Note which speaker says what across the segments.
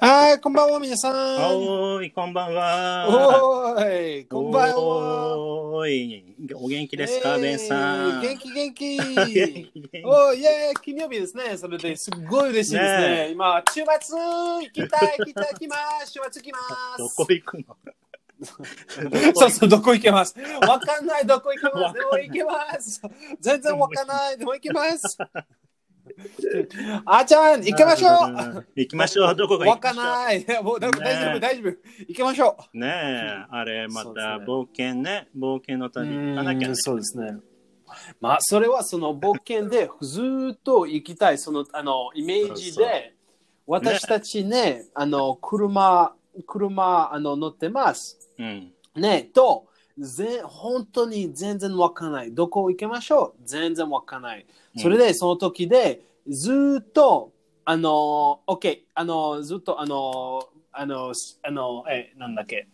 Speaker 1: はーい、こんばんは、皆さん。
Speaker 2: あおーい、こんばんは。
Speaker 1: おーい、こんばんは。
Speaker 2: おーい、お元気ですか、
Speaker 1: えー
Speaker 2: ベンさん。
Speaker 1: 元気、元気。
Speaker 2: 元気元
Speaker 1: おーいやいや、金曜日ですね。それですっごい嬉しいですね。
Speaker 2: ね
Speaker 1: 今、週末、行きたい、行きたい、行きます。週末行き
Speaker 2: 気 ど
Speaker 1: ま
Speaker 2: こ 行くのどこ行
Speaker 1: す。
Speaker 2: く
Speaker 1: そうそう、どこ行けます。わかんない、どこ行けま
Speaker 2: わ
Speaker 1: す。で
Speaker 2: かん
Speaker 1: も行けます。全然わかんない、でも行けます。あーちゃん、行きましょう。
Speaker 2: ん行きましょう。どこが行
Speaker 1: わ
Speaker 2: きま
Speaker 1: かん
Speaker 2: しょう
Speaker 1: ない。もう、大丈
Speaker 2: ね
Speaker 1: 夫、
Speaker 2: え
Speaker 1: 大丈夫。行きましょう。
Speaker 2: ねえ、あれ、ま
Speaker 1: そうで
Speaker 2: た
Speaker 1: すね
Speaker 2: 冒険ね。冒険の旅行かなきゃ
Speaker 1: うー
Speaker 2: ね
Speaker 1: ん。そうですね。まあそれはその冒険でずーっと行きたいそのあのイメージ
Speaker 2: そうそう
Speaker 1: で私たちねあの車車あの乗ってます
Speaker 2: うん。
Speaker 1: ねと全本当に全然わかんないどこ行きましょう全然わかんないそれでその時でずーっとあの OK あのずっとあのあのあのえなんだっけ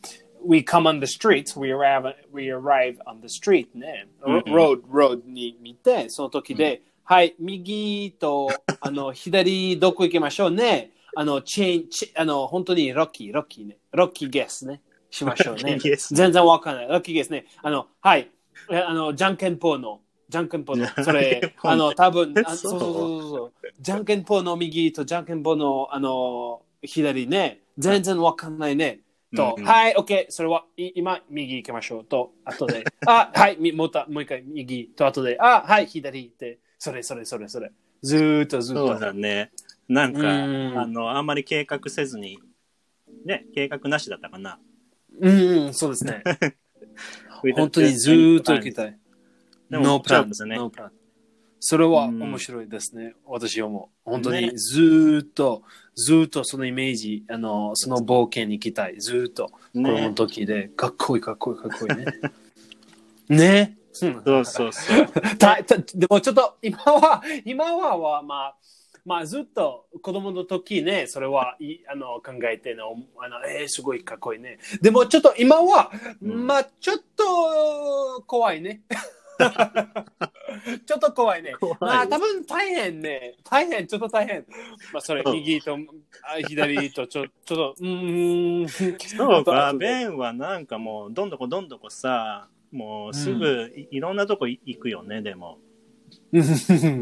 Speaker 1: We come on the street, we arrive, we arrive on the street ね、
Speaker 2: うんうん。
Speaker 1: road, road に見て、その時で、はい、右と、あの、左、どこ行きましょうね。あの、チェーン、チェあの、本当にロッキー、ロッキーね、ロッキーゲスね、しましょうね
Speaker 2: Yes
Speaker 1: 全然わかんない。ロッキーですね。あの、はい。えあの、じゃんけんぽーの、じゃんけんぽーの、そ
Speaker 2: じゃんけん
Speaker 1: れ、
Speaker 2: ぽーね
Speaker 1: あの、多分、あ
Speaker 2: そ
Speaker 1: そううそうそうそう。じゃんけんぽーの右と、じゃんけんぽーの、あの、左ね。全然わかんないね。と、
Speaker 2: うんうん
Speaker 1: はい、オッケー、それは、い今、右行きましょう。と、後 で、あ、はい、みもうた、もう一回、右と、後で、あ、はい、左って、それ、それ、それ、それ。ずーっと、ずー
Speaker 2: そう
Speaker 1: っと。
Speaker 2: だね。なんか、
Speaker 1: うん
Speaker 2: あの、あんまり計画せずに、ね、計画なしだったかな。
Speaker 1: うん、うん、そうです ね。本当にずーっと行きたい。
Speaker 2: でも
Speaker 1: No
Speaker 2: ちょっ
Speaker 1: plan
Speaker 2: とですね
Speaker 1: ノープラン。それは
Speaker 2: うん
Speaker 1: 面白いですね。私はもう、本当
Speaker 2: ね
Speaker 1: にずーっと、ずーっとそのイメージ、あの、その冒険に行きたい。ずーっと、子
Speaker 2: ね
Speaker 1: 供の時で、かっこいい、かっこいい、かっこいいね。 ね。 うん
Speaker 2: そうそうそう。
Speaker 1: たたでもちょっと今は、今はは、まあ、まあずっと子供の時ね、それはいあの考えての、あのえーすごいかっこいいね。でもちょっと今は、
Speaker 2: うん
Speaker 1: まあちょっと怖い ね。ちょっと怖いね。
Speaker 2: 怖い
Speaker 1: まあ多分大変ね。大変、ちょっと大変。まあそれ、
Speaker 2: うん
Speaker 1: 右とあ左とちょちょっと、う ーん。
Speaker 2: そうか、
Speaker 1: ね。
Speaker 2: ベンはなんかもう、どんどこどんどこさ、もうすぐい,、ろんなとこ行くよね、でも。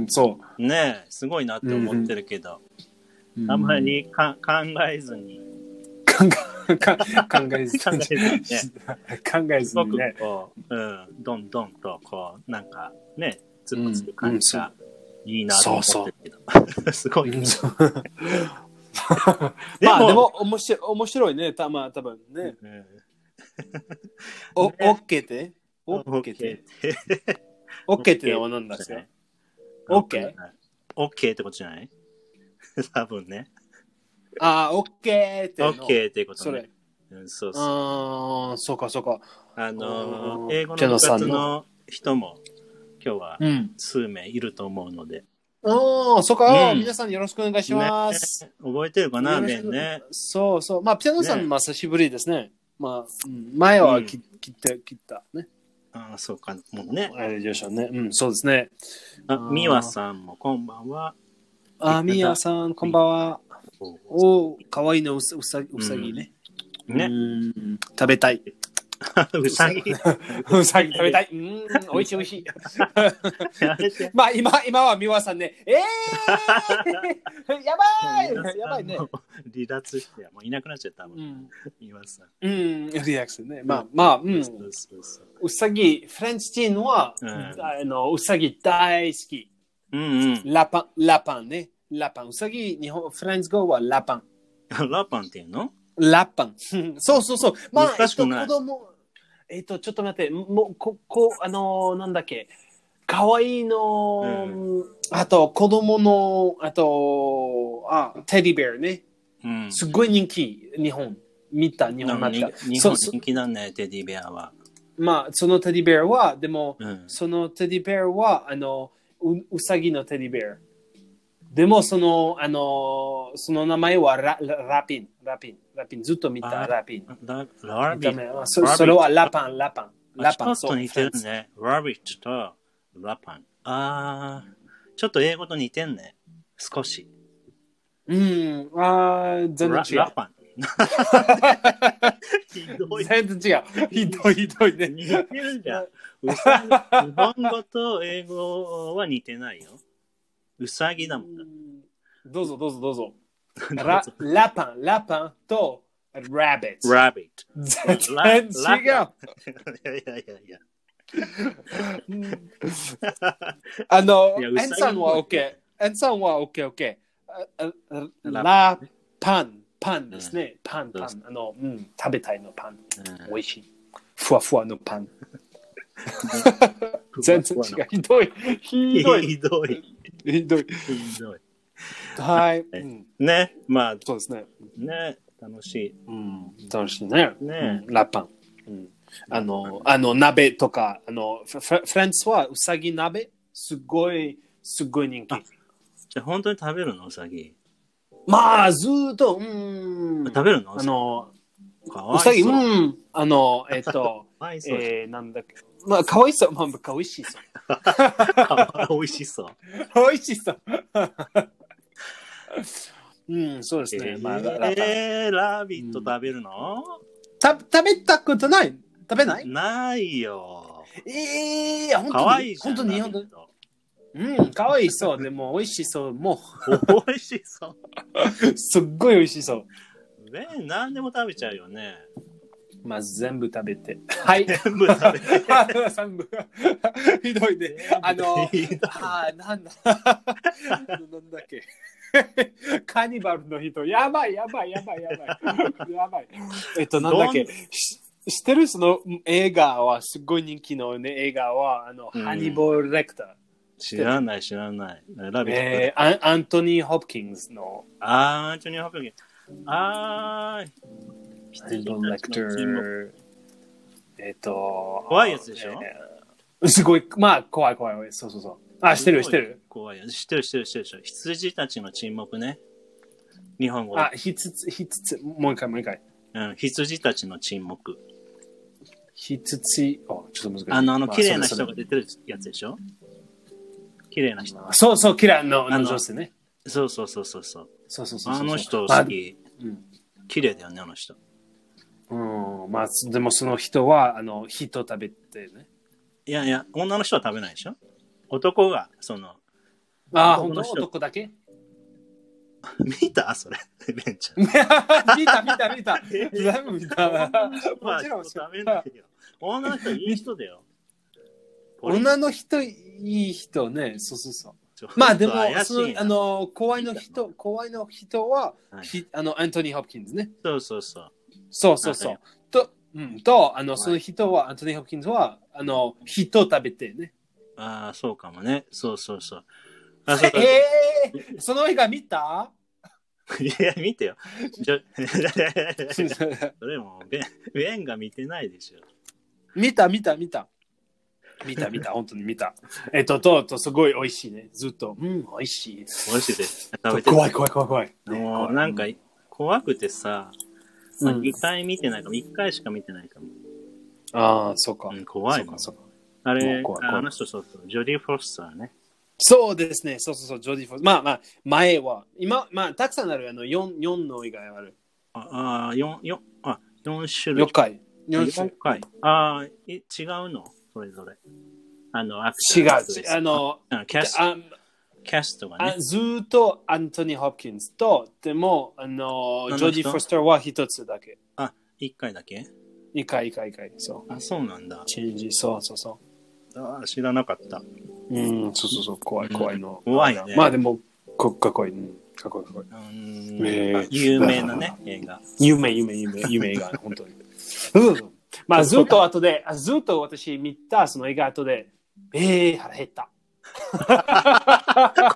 Speaker 1: そ
Speaker 2: ねえ、すごいなって思ってるけど、
Speaker 1: う。
Speaker 2: あんまりか考えずに、
Speaker 1: 考えか考えず
Speaker 2: 考えずにね、す
Speaker 1: 考えず
Speaker 2: ごく
Speaker 1: にね。
Speaker 2: こう、うん、どんどんとこう、なんかね、つぶつぶ感じがいいなと思ってるけど、 すごい。で
Speaker 1: まあでも
Speaker 2: も、
Speaker 1: 面白い面白いね、たまあ多分ね。
Speaker 2: うん
Speaker 1: お、
Speaker 2: ね
Speaker 1: オッケーでオッケーでオッケーってのは何だっけオッケー
Speaker 2: オッケーってことじゃない 多分ね。
Speaker 1: ああ、オッケーって
Speaker 2: オ
Speaker 1: の。
Speaker 2: ッケーってこと
Speaker 1: それ
Speaker 2: ね。。うん、そう
Speaker 1: う
Speaker 2: そう。
Speaker 1: ーん、そうかそうか。
Speaker 2: あ
Speaker 1: う
Speaker 2: のー、
Speaker 1: ん
Speaker 2: 英語
Speaker 1: ケ
Speaker 2: の
Speaker 1: ノ
Speaker 2: 部
Speaker 1: さん
Speaker 2: 活
Speaker 1: の
Speaker 2: の人も今日は
Speaker 1: うん。
Speaker 2: 数名いると思うので、
Speaker 1: おー、そうか、
Speaker 2: うん
Speaker 1: 皆さんよろしくお願いします。
Speaker 2: 覚えてるかな、
Speaker 1: よろ
Speaker 2: ベ
Speaker 1: しく
Speaker 2: ンね。
Speaker 1: そうそう。まあ、ピアノさん、
Speaker 2: ね
Speaker 1: まあ、久しぶりですね。まあ、うん前はき切って、切った。ね。
Speaker 2: ああ、そうか、もうね。
Speaker 1: あれでしょうね。うん、そうですね。
Speaker 2: あ、
Speaker 1: うん
Speaker 2: ミワさんもこんばんは。
Speaker 1: あ、みやさん、こんばんは。おー、かわいいのうさうさうさぎね。う
Speaker 2: ね。
Speaker 1: ん食べたい。
Speaker 2: うさぎ。
Speaker 1: うさぎ食べたい。うん、おいしいおいしい。
Speaker 2: やめて
Speaker 1: まあ今、今は美和さんね、え ーやばいやばいね
Speaker 2: も。う離脱して、もういなくなっちゃったも、
Speaker 1: うんん、
Speaker 2: ミワさん。
Speaker 1: うん、リアクションね。まあ、まあ、う。
Speaker 2: そうんそうそう。
Speaker 1: うさぎ、フレンチ人は、
Speaker 2: うん
Speaker 1: あのうさぎ大好き。
Speaker 2: うんうん。
Speaker 1: ラパン、ラパンね。ラパン。うさぎ、日本、フランス語はラパン。
Speaker 2: ラパンっていうの
Speaker 1: ラッパン。 そうそうそう。まあ、え
Speaker 2: 難
Speaker 1: っ
Speaker 2: しく
Speaker 1: と、
Speaker 2: ない
Speaker 1: 子供、えっと、ちょっと待って、もう、ここ、あのー、なんだっけ、かわいいの、あと、子供の、あと、あ、テディベアね。
Speaker 2: うん。
Speaker 1: すっごい人気、日本。見た、日
Speaker 2: 日本
Speaker 1: 本なった。
Speaker 2: 人
Speaker 1: そう
Speaker 2: 人気だね、テディベアは。
Speaker 1: まあ、そのテディベアは、でも、
Speaker 2: うん。
Speaker 1: そのテディベアは、あの、ううさぎのテディベア。でも、その、あの、その名前はラララピン、ラピン、ラピン。ずっと見
Speaker 2: あ
Speaker 1: た、ラピン。
Speaker 2: ララビ
Speaker 1: ダメ
Speaker 2: ッ
Speaker 1: あそ
Speaker 2: ト。
Speaker 1: それはラパン、ラパン。ラパン、
Speaker 2: あちょっと似てるね。ラビットとラパン。あー、ちょっと英語と似てんね。少し。
Speaker 1: うん、あー全
Speaker 2: ラ
Speaker 1: 然違
Speaker 2: ラパン。 ひどい。
Speaker 1: う。全然違う。ひどいひどいね。
Speaker 2: 似てるじゃん。うさぎ日本語と英語は似てないよ。うさぎだもんだ。
Speaker 1: Hmm. どうぞどうぞどうぞ。
Speaker 2: ラ
Speaker 1: ララパン、ラパンとラビット。
Speaker 2: ラビット。
Speaker 1: 全然違う。
Speaker 2: いやいやいやいや。
Speaker 1: Hmm. あの、
Speaker 2: いや
Speaker 1: エ
Speaker 2: うさ
Speaker 1: ン
Speaker 2: ぎ
Speaker 1: さんは Ah, OK。エンさんは OK、OK。あ Euh, あラパン、パンですね。パン、パ
Speaker 2: そう
Speaker 1: ン。あの、うん、食べたいのパン。
Speaker 2: うん
Speaker 1: 美味しい。ふわふわのパン。全然違う。ひどい。ひど い。
Speaker 2: ひどい。
Speaker 1: ひどい。
Speaker 2: ひどい。
Speaker 1: はい。うん、
Speaker 2: ね。まあ、
Speaker 1: そうですね。
Speaker 2: ね。楽しい。
Speaker 1: うん、楽しいね。
Speaker 2: ね
Speaker 1: うんラパン。うん、あの、あの、鍋とか、あの、フフフランスはうさぎ鍋、すごい、すごい人気
Speaker 2: あ。じゃあ本当に食べるのうさぎ。
Speaker 1: まあ、ずーっと、うん。
Speaker 2: 食べるの
Speaker 1: あ、の、
Speaker 2: か
Speaker 1: う
Speaker 2: わい
Speaker 1: さぎ、う
Speaker 2: そう。
Speaker 1: ん。あの、えっ と、
Speaker 2: かわいそう。
Speaker 1: えー、なんだっけ。まあ、かわいそう。まあ、かわいしそう。
Speaker 2: 美味しそう。
Speaker 1: かわいしそう。うん、そうですね。まあ、ララパン
Speaker 2: えー、ラビット食べるの、
Speaker 1: た食べたことない食べない
Speaker 2: ないよ。
Speaker 1: ええー、
Speaker 2: かわ
Speaker 1: 本当
Speaker 2: い
Speaker 1: に
Speaker 2: いじゃ
Speaker 1: 本
Speaker 2: ん。
Speaker 1: 当に日本当
Speaker 2: ラビ
Speaker 1: に
Speaker 2: ット
Speaker 1: うん、かわいそう。 でも、美味しそう。も、
Speaker 2: 美味しそう
Speaker 1: すっごい美味しそう。
Speaker 2: う。ね、何でも食べちゃうよね。
Speaker 1: まず全部食べて。 はい。
Speaker 2: 全部食べて。
Speaker 1: 全部。ひどいね。あの、あーなんだ。なんだっけ。カニバルの人。やばい、やばい、やばい、やばい。やばい。えっと、なんだっけ。し知ってるその映画は、すごい人気の、ね、映画は、あの、
Speaker 2: うん
Speaker 1: ハニボールレクター。
Speaker 2: 知らない、知らない。ラビット。
Speaker 1: えーアンアントニー・ホプキンズの
Speaker 2: あー、アントニー・ホプキン。あー、
Speaker 1: ハニボールレクター。えっと、
Speaker 2: 怖いやつでしょ
Speaker 1: えーすごい、まあ、怖い怖い怖い。そうそうそう。あ、知ってる知ってる。。
Speaker 2: 怖いよ。知ってる、知ってる、知ってる知ってる。羊たちの沈黙ね。日本語で
Speaker 1: あ、ひつつ、ひつつ、もう一回もう一回。
Speaker 2: うん、羊たちの沈黙。
Speaker 1: ひつつい、あ、ちょっと難しい。
Speaker 2: あの、あの、
Speaker 1: ま
Speaker 2: 綺麗な
Speaker 1: それ
Speaker 2: 人が出てるやつでしょ綺麗な人。
Speaker 1: そうそう、綺麗なあ
Speaker 2: あ
Speaker 1: の
Speaker 2: の
Speaker 1: 女性ね。
Speaker 2: そうそうそうそうそう。
Speaker 1: そうそうそうそう。
Speaker 2: あの人
Speaker 1: まあ
Speaker 2: 好き。
Speaker 1: うん
Speaker 2: 綺麗だよね、あの人。
Speaker 1: うん、まあ、でもその人は、あの、人食べてね。
Speaker 2: いやいや、女の人は食べないでしょ男が、その、
Speaker 1: あ、
Speaker 2: 男
Speaker 1: 本当
Speaker 2: の人
Speaker 1: 男だけ
Speaker 2: 見たそれ、 ベンちゃん。
Speaker 1: 見た見た見 た。全部見た。もちろん
Speaker 2: まあ食べないよ。女の人いい人だよ。
Speaker 1: 女の人、いい人ね。そうそうそう。
Speaker 2: ちょっと
Speaker 1: まあでも
Speaker 2: 怪、し
Speaker 1: そ
Speaker 2: い
Speaker 1: の
Speaker 2: な
Speaker 1: あの、怖いの人、怖いの人は、
Speaker 2: はい
Speaker 1: ひあの、アントニー・ホプキンズね。
Speaker 2: そうそうそう。
Speaker 1: そうそうそ
Speaker 2: は
Speaker 1: う
Speaker 2: い。
Speaker 1: と、うん、と、あの、
Speaker 2: はい
Speaker 1: その人は、アントニー・ホプキンズは、あの、人を食べてね。
Speaker 2: ああ、そうかもね。そうそうそう。あ、そうか。
Speaker 1: ええー、その映画見た
Speaker 2: いや、見てよ。ちょ それも、ベン、ベンが見てないでしょ。
Speaker 1: 見た、見た、見た。見た、見た、本当に見た。えっと、と、と、すごい美味しいね。ずっと、うん、美味しい。
Speaker 2: 美味しいです。食べて
Speaker 1: 怖い、怖い、怖い、怖い。
Speaker 2: もう、なんか、怖くてさ、
Speaker 1: う
Speaker 2: まあ、
Speaker 1: ん
Speaker 2: 2回見てないかも、1回しか見てないかも。
Speaker 1: ああ、そうか
Speaker 2: う。ん、怖い
Speaker 1: そう
Speaker 2: もん
Speaker 1: か、。そうか。
Speaker 2: あ
Speaker 1: もう
Speaker 2: れ
Speaker 1: 怖い、怖い
Speaker 2: あの人、そうそう、ジョディ・フォスターね。
Speaker 1: そうですね、そうそうそう、ジョディ・フォース。まあまあ、前は、今、まあ、たくさんある、あの、4, 四の以外はある。
Speaker 2: ああ、4、四あ、四種類
Speaker 1: 4。回。四
Speaker 2: 四
Speaker 1: 種
Speaker 2: 回。ああ、え、違うのそれぞれ。あの、アク
Speaker 1: 違
Speaker 2: シ
Speaker 1: う
Speaker 2: ョン
Speaker 1: 違う。あ、の、
Speaker 2: うんキャスト、
Speaker 1: あ
Speaker 2: キャストが
Speaker 1: あ
Speaker 2: ね。
Speaker 1: ずーっとアントニー・ホプキンズと、でも、あの、
Speaker 2: 何の人
Speaker 1: ジョディ・フォスターは一つだけ。
Speaker 2: あ、1回だけ
Speaker 1: 2回、1回、1回。そ
Speaker 2: あ、そうなんだ
Speaker 1: う。。チェンジ、そうそうそ
Speaker 2: あー知らなかった。
Speaker 1: う。うん、そうそうそう、怖い、
Speaker 2: うん
Speaker 1: 怖いの。
Speaker 2: 怖いね
Speaker 1: まあでも、こかっこいい。うんかっこいい、かっこいい。
Speaker 2: うーん
Speaker 1: えー
Speaker 2: 有名なね、映 画。
Speaker 1: 夢、夢、夢、夢が、本当に。 うん。まあ、ずっと後で、あずっと私見たその映画後で、ええー、腹減った。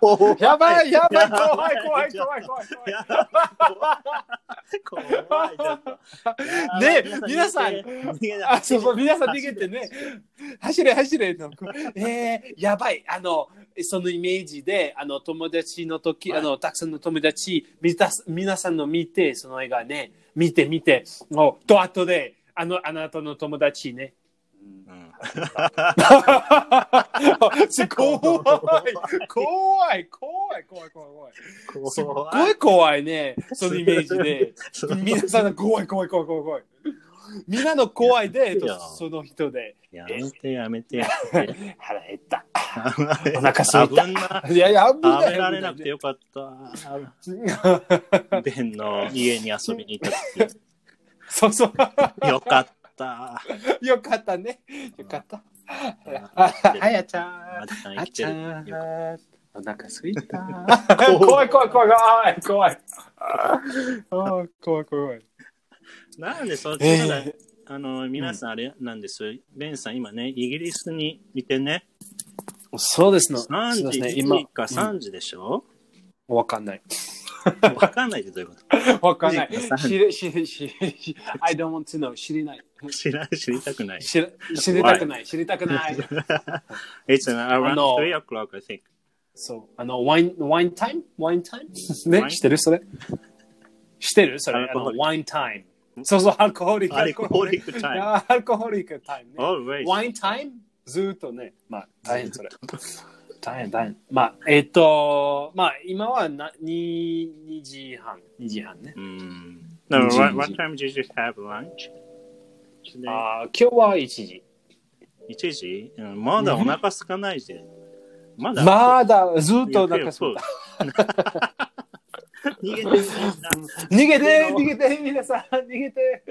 Speaker 2: 怖い
Speaker 1: や ばい、やばい、怖い、怖い、怖い、怖い。
Speaker 2: や怖い。怖いちょっと
Speaker 1: ね
Speaker 2: やばい
Speaker 1: 皆さん
Speaker 2: 逃げて逃げ て
Speaker 1: あ、そうそう、皆さん逃げてね。 走れ、走れ。なんかえー、やばい。あの、そのイメージで、あの、友達の時、
Speaker 2: はい
Speaker 1: あの、たくさんの友達、みた皆さんの見て、その映画ね、見て、見て、おと、後で、あの、あなたの友達ね、
Speaker 2: うん
Speaker 1: 怖い怖い怖い怖い怖いすっご
Speaker 2: 怖い
Speaker 1: い怖いねそのイメージで皆さんの怖い怖い怖い怖い怖いみんなの怖いで
Speaker 2: いや
Speaker 1: その人で
Speaker 2: やめてやめて。
Speaker 1: 腹減った
Speaker 2: お
Speaker 1: お腹すいた
Speaker 2: 危ない
Speaker 1: やいや危
Speaker 2: 食
Speaker 1: ない
Speaker 2: べられなくてよかった。ベンの家に遊びに行った時
Speaker 1: そうそう
Speaker 2: よかった。
Speaker 1: よかったねよかった
Speaker 2: あ
Speaker 1: あやちゃん
Speaker 2: まだ生
Speaker 1: あ
Speaker 2: きて
Speaker 1: ち
Speaker 2: る
Speaker 1: ゃ
Speaker 2: よかっ
Speaker 1: ん
Speaker 2: た
Speaker 1: お腹すいた怖い怖い怖い怖い怖いあー怖い怖い
Speaker 2: なんでそっち
Speaker 1: え
Speaker 2: から、
Speaker 1: ー
Speaker 2: あの皆さんあれなんですよ、ベンさん今ねイギリスにいてね
Speaker 1: そうですの
Speaker 2: 3
Speaker 1: そうです
Speaker 2: 時
Speaker 1: ね今
Speaker 2: 1か3時でしょ、
Speaker 1: わかんない
Speaker 2: わかんないでどういう こ
Speaker 1: わかんない
Speaker 2: ねえ。
Speaker 1: 知り、知り、知り、I don't want to know. 知りない。
Speaker 2: と知ら知りたくな い。
Speaker 1: 知ら知りたくない。知りたくない。
Speaker 2: It's an around
Speaker 1: あの
Speaker 2: 3 o'clock, I think.
Speaker 1: そう。あの、ワイン、ワインタイムワインタイムね、
Speaker 2: Wine？
Speaker 1: 知ってるそれ。知ってるそれ。
Speaker 2: ア
Speaker 1: あ
Speaker 2: ルコホ
Speaker 1: の、
Speaker 2: リック
Speaker 1: ワインタイム。そうそう、アルコホリック。
Speaker 2: アルコホリックタイム。
Speaker 1: あアルコホリックタイムね。
Speaker 2: Always.
Speaker 1: ワインタイムずーっとね。まあ、大変それ。大変、大変。まあ、えっと、まあ、今はなに2時半。2時半ね。
Speaker 2: うん。No, what, what time did you have lunch?
Speaker 1: ああ、今日は1時。
Speaker 2: 1時うんまだお腹空かないで。まだ。
Speaker 1: まだずっとお
Speaker 2: なんか
Speaker 1: 腹すいた。
Speaker 2: 逃げてみん
Speaker 1: 逃
Speaker 2: な。
Speaker 1: げて逃げて皆さん逃げ て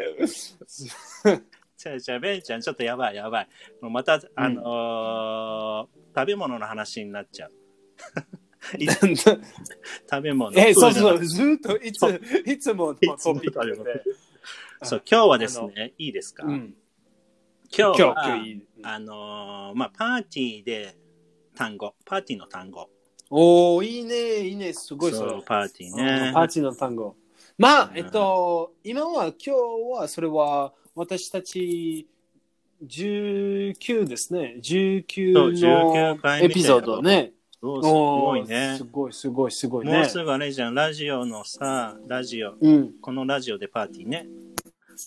Speaker 2: じゃあ、じゃあ、ベンちゃん、ちょっとやばい、やばい。もうまた、あのー食べ物の話になっちゃう。食べ物。
Speaker 1: え、そう
Speaker 2: フ
Speaker 1: そ
Speaker 2: ード
Speaker 1: う、ずっといつ
Speaker 2: そう
Speaker 1: いつもの
Speaker 2: いつ
Speaker 1: ト
Speaker 2: も
Speaker 1: ピックで。
Speaker 2: そう、今日はですね、いいですか、
Speaker 1: うん、
Speaker 2: 今
Speaker 1: 今
Speaker 2: 日
Speaker 1: 日、
Speaker 2: は、
Speaker 1: 今日いい。
Speaker 2: あのーまあ、パーティーで単語、パーティーの単語。
Speaker 1: おお、いいね、いいね、すごいそ
Speaker 2: そう
Speaker 1: れ。
Speaker 2: パーティー
Speaker 1: う
Speaker 2: ね
Speaker 1: ん。パーティーの単語。まあ
Speaker 2: う、ん
Speaker 1: えっと、今は、今日は、それは、私たち、19ですね。
Speaker 2: そう
Speaker 1: 19
Speaker 2: 19回
Speaker 1: の
Speaker 2: 目
Speaker 1: エピソードね。
Speaker 2: そうす
Speaker 1: お
Speaker 2: ご
Speaker 1: ー
Speaker 2: いね
Speaker 1: す。ごい、すごい、すごい
Speaker 2: もう
Speaker 1: ね。
Speaker 2: すぐあれじゃん、ラジオのさ、ラジオ、
Speaker 1: うん。
Speaker 2: このラジオでパーティーね。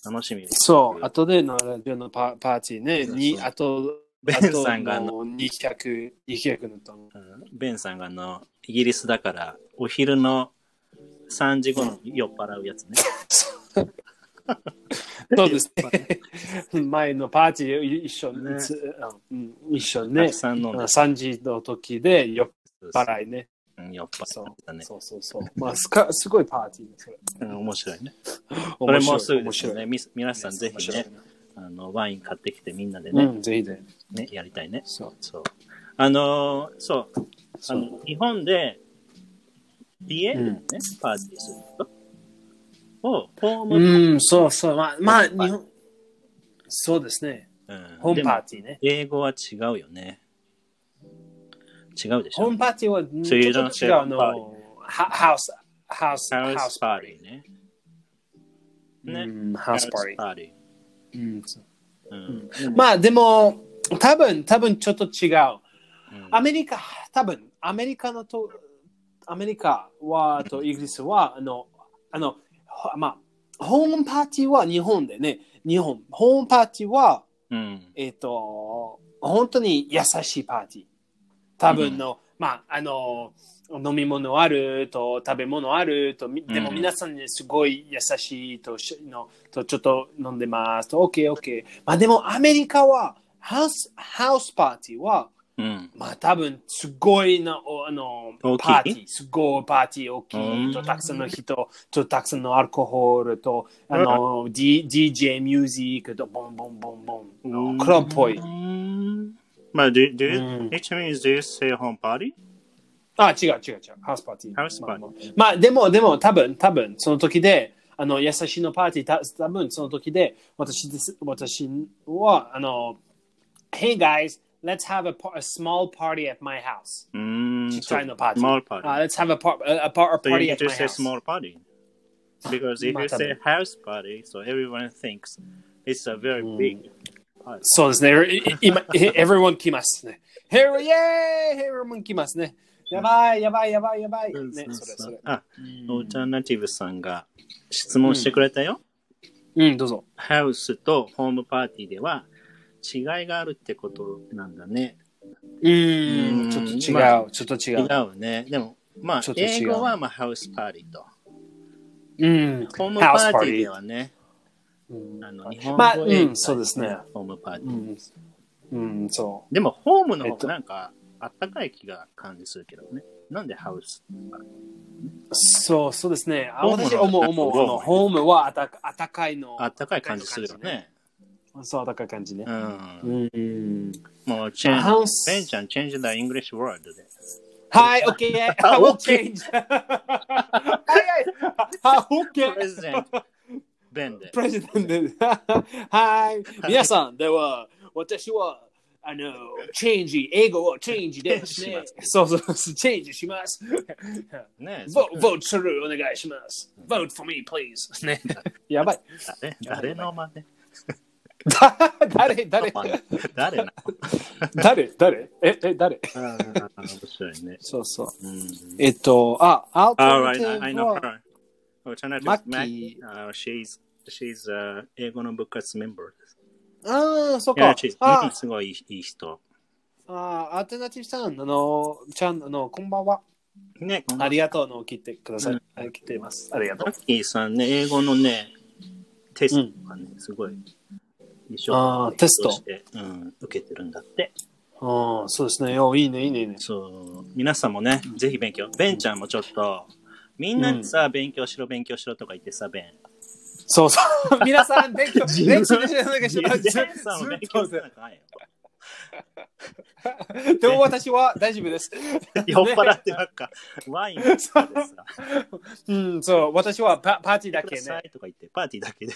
Speaker 2: 楽しみです。
Speaker 1: そう、後でのラジオのパパーティーね、
Speaker 2: そう
Speaker 1: に
Speaker 2: そう
Speaker 1: あと、
Speaker 2: ベンさんが
Speaker 1: あ
Speaker 2: あ
Speaker 1: と
Speaker 2: の、
Speaker 1: もう200、200のと思う。
Speaker 2: うんベンさんがあの、イギリスだから、お昼の3時頃に酔っ払うやつね。
Speaker 1: そうです ね。前のパーティー一緒に、
Speaker 2: ね
Speaker 1: つうん、一緒に
Speaker 2: た
Speaker 1: ね
Speaker 2: く、さん飲んで
Speaker 1: 3時の時で酔っ
Speaker 2: そう
Speaker 1: 払いね。
Speaker 2: うん酔っ払
Speaker 1: そ
Speaker 2: っ
Speaker 1: う
Speaker 2: てたね。
Speaker 1: そうそうそう。まあすか、すごいパーティーです。
Speaker 2: うん面白いね。
Speaker 1: こ
Speaker 2: これ
Speaker 1: れ
Speaker 2: も
Speaker 1: 面
Speaker 2: す
Speaker 1: 白い
Speaker 2: ぐ
Speaker 1: 面
Speaker 2: です
Speaker 1: 白
Speaker 2: よ
Speaker 1: い。
Speaker 2: ね。み皆さんぜひね
Speaker 1: 面、
Speaker 2: あの、ワイン買ってきてみんなで
Speaker 1: 白い
Speaker 2: ね、
Speaker 1: うん、ぜひで。
Speaker 2: ねやりたいね。
Speaker 1: そう。
Speaker 2: そう。あのーそう、あ
Speaker 1: そう
Speaker 2: の、日本で、家でね、パーティーすることを、ホーム、
Speaker 1: うん、そうそう。まあ、まあ、日本、そうですね。
Speaker 2: うん
Speaker 1: ホー
Speaker 2: で
Speaker 1: ム
Speaker 2: も
Speaker 1: パーティーね。
Speaker 2: 英語は違うよね。違うでし
Speaker 1: ホー
Speaker 2: ょ
Speaker 1: ムパーティーはん
Speaker 2: そ
Speaker 1: ち
Speaker 2: ういう
Speaker 1: ょ
Speaker 2: の
Speaker 1: っと違う
Speaker 2: パーティー
Speaker 1: の。ハハウス、ハウス、
Speaker 2: ハウ
Speaker 1: ハウ
Speaker 2: ス
Speaker 1: ス
Speaker 2: パ
Speaker 1: パ
Speaker 2: ー
Speaker 1: ー
Speaker 2: テ
Speaker 1: テ
Speaker 2: ィーね。
Speaker 1: ィ
Speaker 2: ね
Speaker 1: ー。うんハウスパーティー。
Speaker 2: ハウスティ
Speaker 1: うん
Speaker 2: ー。うん。
Speaker 1: まあでも、多分、多分ちょっと違う。
Speaker 2: うん
Speaker 1: アメリカ、多分、アメリカのと、アメリカは、とイギリスは、あの、あの、ほまあ、ホームパーティーは日本でね、日本、ホームパーティーは、
Speaker 2: うん。
Speaker 1: えっ、と、本当に優しいパーティー。多分の、まあ、あの、飲み物あると、食べ物あると、みでも
Speaker 2: うん
Speaker 1: 皆さんにすごい優しいとし、のとちょっと飲んでますと、OK、OK。まあでもアメリカは、ハウス、ハウスパーティーは、
Speaker 2: うん。
Speaker 1: まあ多分、すごいな、おあの
Speaker 2: 大、きい
Speaker 1: パーティー、すごいパーティー大きい
Speaker 2: うん
Speaker 1: と、たくさんの人、と、たくさんのアルコホールと、あの、D、DJ ミュージックと、ボンボンボンボン、クラブっぽい。
Speaker 2: うんまあ、do, do you,
Speaker 1: うん
Speaker 2: it means do you say home party?
Speaker 1: あ、違う違う違う、ハウスパーティー。
Speaker 2: ハウスパーティー
Speaker 1: まあまあ、まあでも、でも、多分、多分、その時で、あの、優しいのパーティー、た多分その時で、私です、私は、あの、Hey guys, let's have a, par- a small party at my house.
Speaker 2: うん。
Speaker 1: ちっちゃいのパーティー。
Speaker 2: Small party.
Speaker 1: Uh, let's have a, par- a, a, par- a
Speaker 2: so you
Speaker 1: party
Speaker 2: need
Speaker 1: at my
Speaker 2: to say
Speaker 1: house.
Speaker 2: small party. Because if you
Speaker 1: Mata-
Speaker 2: say house party, so everyone thinks it's a very big.
Speaker 1: そうですね。い 今、へ everyone 来ますね。Here, yay! Everyone 来ますね。やばい、やばい、やばい、やばい。ね、それ、それ。
Speaker 2: あ、オルタナティブさんが質問してくれたよ。
Speaker 1: うん、どうぞ。
Speaker 2: ハウスとホームパーティーでは違いがあるってことなんだね。
Speaker 3: うん
Speaker 2: うん
Speaker 3: ちょっと違う、
Speaker 2: まあ
Speaker 3: ちょっと違
Speaker 2: 違
Speaker 3: う。
Speaker 2: うね。でも、まあ
Speaker 3: ちょっ、と違う
Speaker 2: 英語はまあハウスパーティーと。
Speaker 3: うん。
Speaker 2: ホームパーティー
Speaker 3: House party
Speaker 2: ではね、
Speaker 3: うん
Speaker 2: あの日本
Speaker 1: まあ
Speaker 2: 語
Speaker 1: うん
Speaker 2: 英語
Speaker 3: そうですね
Speaker 2: ホームパーティ
Speaker 3: う
Speaker 2: ー。
Speaker 3: ん、うん、そ
Speaker 2: でも、ホームの
Speaker 3: え
Speaker 2: 方
Speaker 3: っと
Speaker 2: がなんか、あったかい気が感じするけどね。なんでハウス
Speaker 3: う。そう、そうですね。
Speaker 1: あ私思う思う。あのホームはあたあたかいの
Speaker 2: あ。ったかい感じするよね。
Speaker 3: そう、だから感じね
Speaker 2: う。ん。
Speaker 3: うん。
Speaker 2: もう、チェ
Speaker 1: ハ
Speaker 2: ン
Speaker 1: ウ
Speaker 2: ジ、
Speaker 1: ス
Speaker 2: ベンちゃん、チェンジだ English word で。
Speaker 1: はい、オッケー。
Speaker 2: あ
Speaker 1: オッ
Speaker 2: OK
Speaker 1: ケ ー。はい はい。オッケー
Speaker 2: プ。レゼント、ベンで。
Speaker 1: プレゼントで。 はい。皆さん、では、私は、あの、チェンジ、英語をチェン ジです
Speaker 2: し
Speaker 1: ね
Speaker 2: ま。
Speaker 1: そうそう、チェンジします。
Speaker 2: ねえ、
Speaker 1: ボボートする、お願いします。Vote for me, please. ね。やばい。
Speaker 2: 誰誰の真似
Speaker 1: 誰、誰、
Speaker 2: 誰なの
Speaker 1: 誰、誰、
Speaker 2: Eh,
Speaker 1: え、え、誰
Speaker 2: 面白いね。
Speaker 1: そうそう。
Speaker 2: うん
Speaker 1: えっと、あ、アウト
Speaker 2: Alright, I I know her. Oh,
Speaker 1: マ
Speaker 2: Mac,
Speaker 1: ッキ
Speaker 2: uh, she's, she's a 英語の部活メンバーです。
Speaker 1: ああ、そっ
Speaker 2: いや
Speaker 1: か。
Speaker 2: she's-
Speaker 1: あ
Speaker 2: うんすごいいいいい人。
Speaker 1: あー、アルテナティブさん、あの、ちゃん、あの、こんばんは。
Speaker 2: ね、この
Speaker 1: ありがとうの、切ってください。はい、切っています。ありがと
Speaker 2: マ
Speaker 1: う。
Speaker 2: ッキーさんね、英語のね、テストがね、すごい一生
Speaker 1: あーテスト
Speaker 2: して、うん、受けてるんだって。
Speaker 1: ああ、そうですね。おいいね、いいね、いいね。
Speaker 2: そう、皆さんもね、ぜひ勉強。ベンちゃんもちょっと、みんなにさ、勉強しろ、勉強しろとか言ってさ、ベン。
Speaker 1: そうそう。 皆さん、勉強、
Speaker 2: 自
Speaker 1: 勉
Speaker 2: 分
Speaker 1: 強しないでしょ。
Speaker 2: ベン
Speaker 1: ずず
Speaker 2: さんも勉強
Speaker 1: っ
Speaker 2: しなきゃいけないよ。
Speaker 1: と。でも私は大丈夫です。
Speaker 2: 酔っ払ってなんか、ワインを飲んでさ、
Speaker 1: うん、そう。私は パパーティーだ
Speaker 2: く
Speaker 1: け
Speaker 2: ださ
Speaker 1: ね。
Speaker 2: いとか言って、パーティーだけで。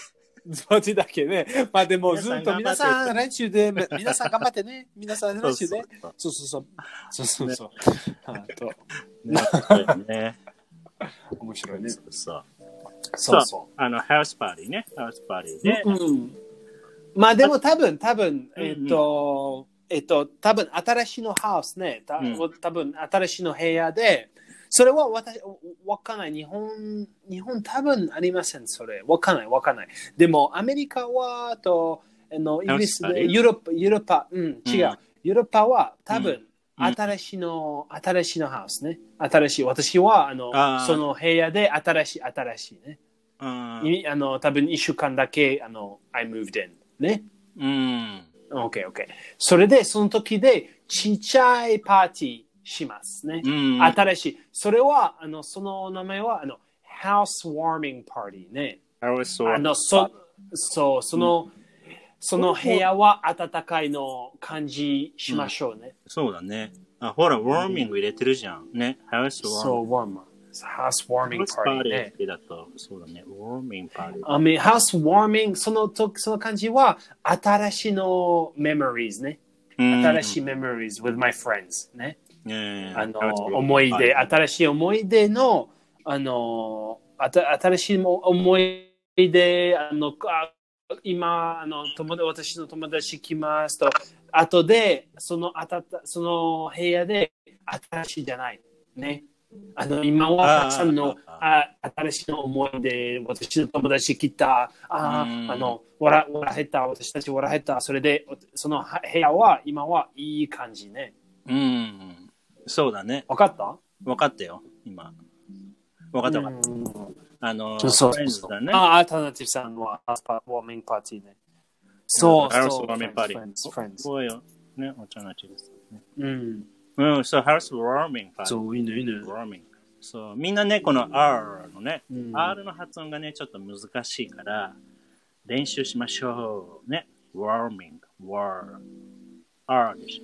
Speaker 1: パーティーだけね。まあでも、ず
Speaker 2: 皆さ
Speaker 1: っ
Speaker 2: ん
Speaker 1: と皆さん、
Speaker 2: 頑
Speaker 1: 練習で、皆さん頑張ってね。皆さん、練習で。そ
Speaker 2: そう
Speaker 1: うそうそう。そうそうそう。あと、
Speaker 2: ねそうだよね。
Speaker 1: 面白いね。
Speaker 2: そうそう。
Speaker 1: そうそう。
Speaker 2: あの、ハウスパーティーね。ハウスパーティーで。
Speaker 1: うん、まあでも多分多分
Speaker 2: うんうん
Speaker 1: えっ、と、えっと多分新しいのハウスねた、
Speaker 2: うん
Speaker 1: 多分新しいの部屋でそれは私わかんない日本日本多分ありませんそれわかんないわかんないでもアメリカはとあのイギリス
Speaker 2: ハウスパー
Speaker 1: で
Speaker 2: ティー
Speaker 1: ヨーロッパヨーロッパうん違う、
Speaker 2: うん
Speaker 1: ヨーロッパは多
Speaker 2: う
Speaker 1: 分、
Speaker 2: うん
Speaker 1: 新しいの、新しいのハウスね。新しい。私は、あの、
Speaker 2: あー
Speaker 1: その部屋で新しい、新しいね。
Speaker 2: うん
Speaker 1: いあの多分1週間だけあの I moved in ね。
Speaker 2: うん。
Speaker 1: OK, OK. それでその時でちっちゃいパーティーしますね。
Speaker 2: うん。
Speaker 1: 新しい。それはあのその名前はあの Housewarming Party ね。
Speaker 2: ハウス
Speaker 1: あのそそうその、その部屋は暖かいの感じしましょうね。
Speaker 2: そうだね。あ、ほら、ウォーミング入れてるじゃん。ね。ハウス
Speaker 1: そ
Speaker 2: ウォーミン
Speaker 1: う、
Speaker 2: グ。
Speaker 1: warm.
Speaker 2: ハウ
Speaker 1: Housewarming
Speaker 2: スパー
Speaker 1: Party
Speaker 2: ティー
Speaker 1: ね
Speaker 2: だ。けだと、そうだね。ウォーミングパーティー。
Speaker 1: あめハウス warming そのとその感じは新しいの memories ね。
Speaker 2: うん
Speaker 1: 新しい memories with my friends ね。
Speaker 2: ね
Speaker 1: あの、
Speaker 2: ハウスウォーミング
Speaker 1: 思い出、
Speaker 2: パーティー
Speaker 1: 新しい思い出の、あの、あた新しいも思い出、あの、あ今、あの、友達、私の友達来ますと、後で、その、あたた、その部屋で、新しいじゃない。ね。あの、今は、
Speaker 2: あー
Speaker 1: たくさんの、あ新しいの思い出、私の友達来た、あ
Speaker 2: うん
Speaker 1: ーあの、笑笑えた、私たち笑えた、それで、そのは部屋は、今はいい感じね。
Speaker 2: うん。そうだね。
Speaker 1: わかった
Speaker 2: 分かったよ、今。分かった分かっ
Speaker 1: うん
Speaker 2: た。あの、
Speaker 1: そうそう
Speaker 2: フレンズだね。
Speaker 1: あ、アルタナティブさんはアスパウォーミングパーティーね。そう、
Speaker 2: ハウス
Speaker 1: そ
Speaker 2: ウ
Speaker 1: う。
Speaker 2: ォーミングパーティ
Speaker 1: friends,
Speaker 2: ー。
Speaker 1: friends, friends.
Speaker 2: そうよ。ね、お茶のちです。
Speaker 1: うん。
Speaker 2: うん、そう、ハウスウォーミングパーティー。
Speaker 1: そう、いいね、いいね。
Speaker 2: ウォーミング。そう、みんなね、この R のね、
Speaker 1: うん
Speaker 2: R の発音がね、ちょっと難しいから、練習しましょう。ね、ウォーミング、ウォー。R でし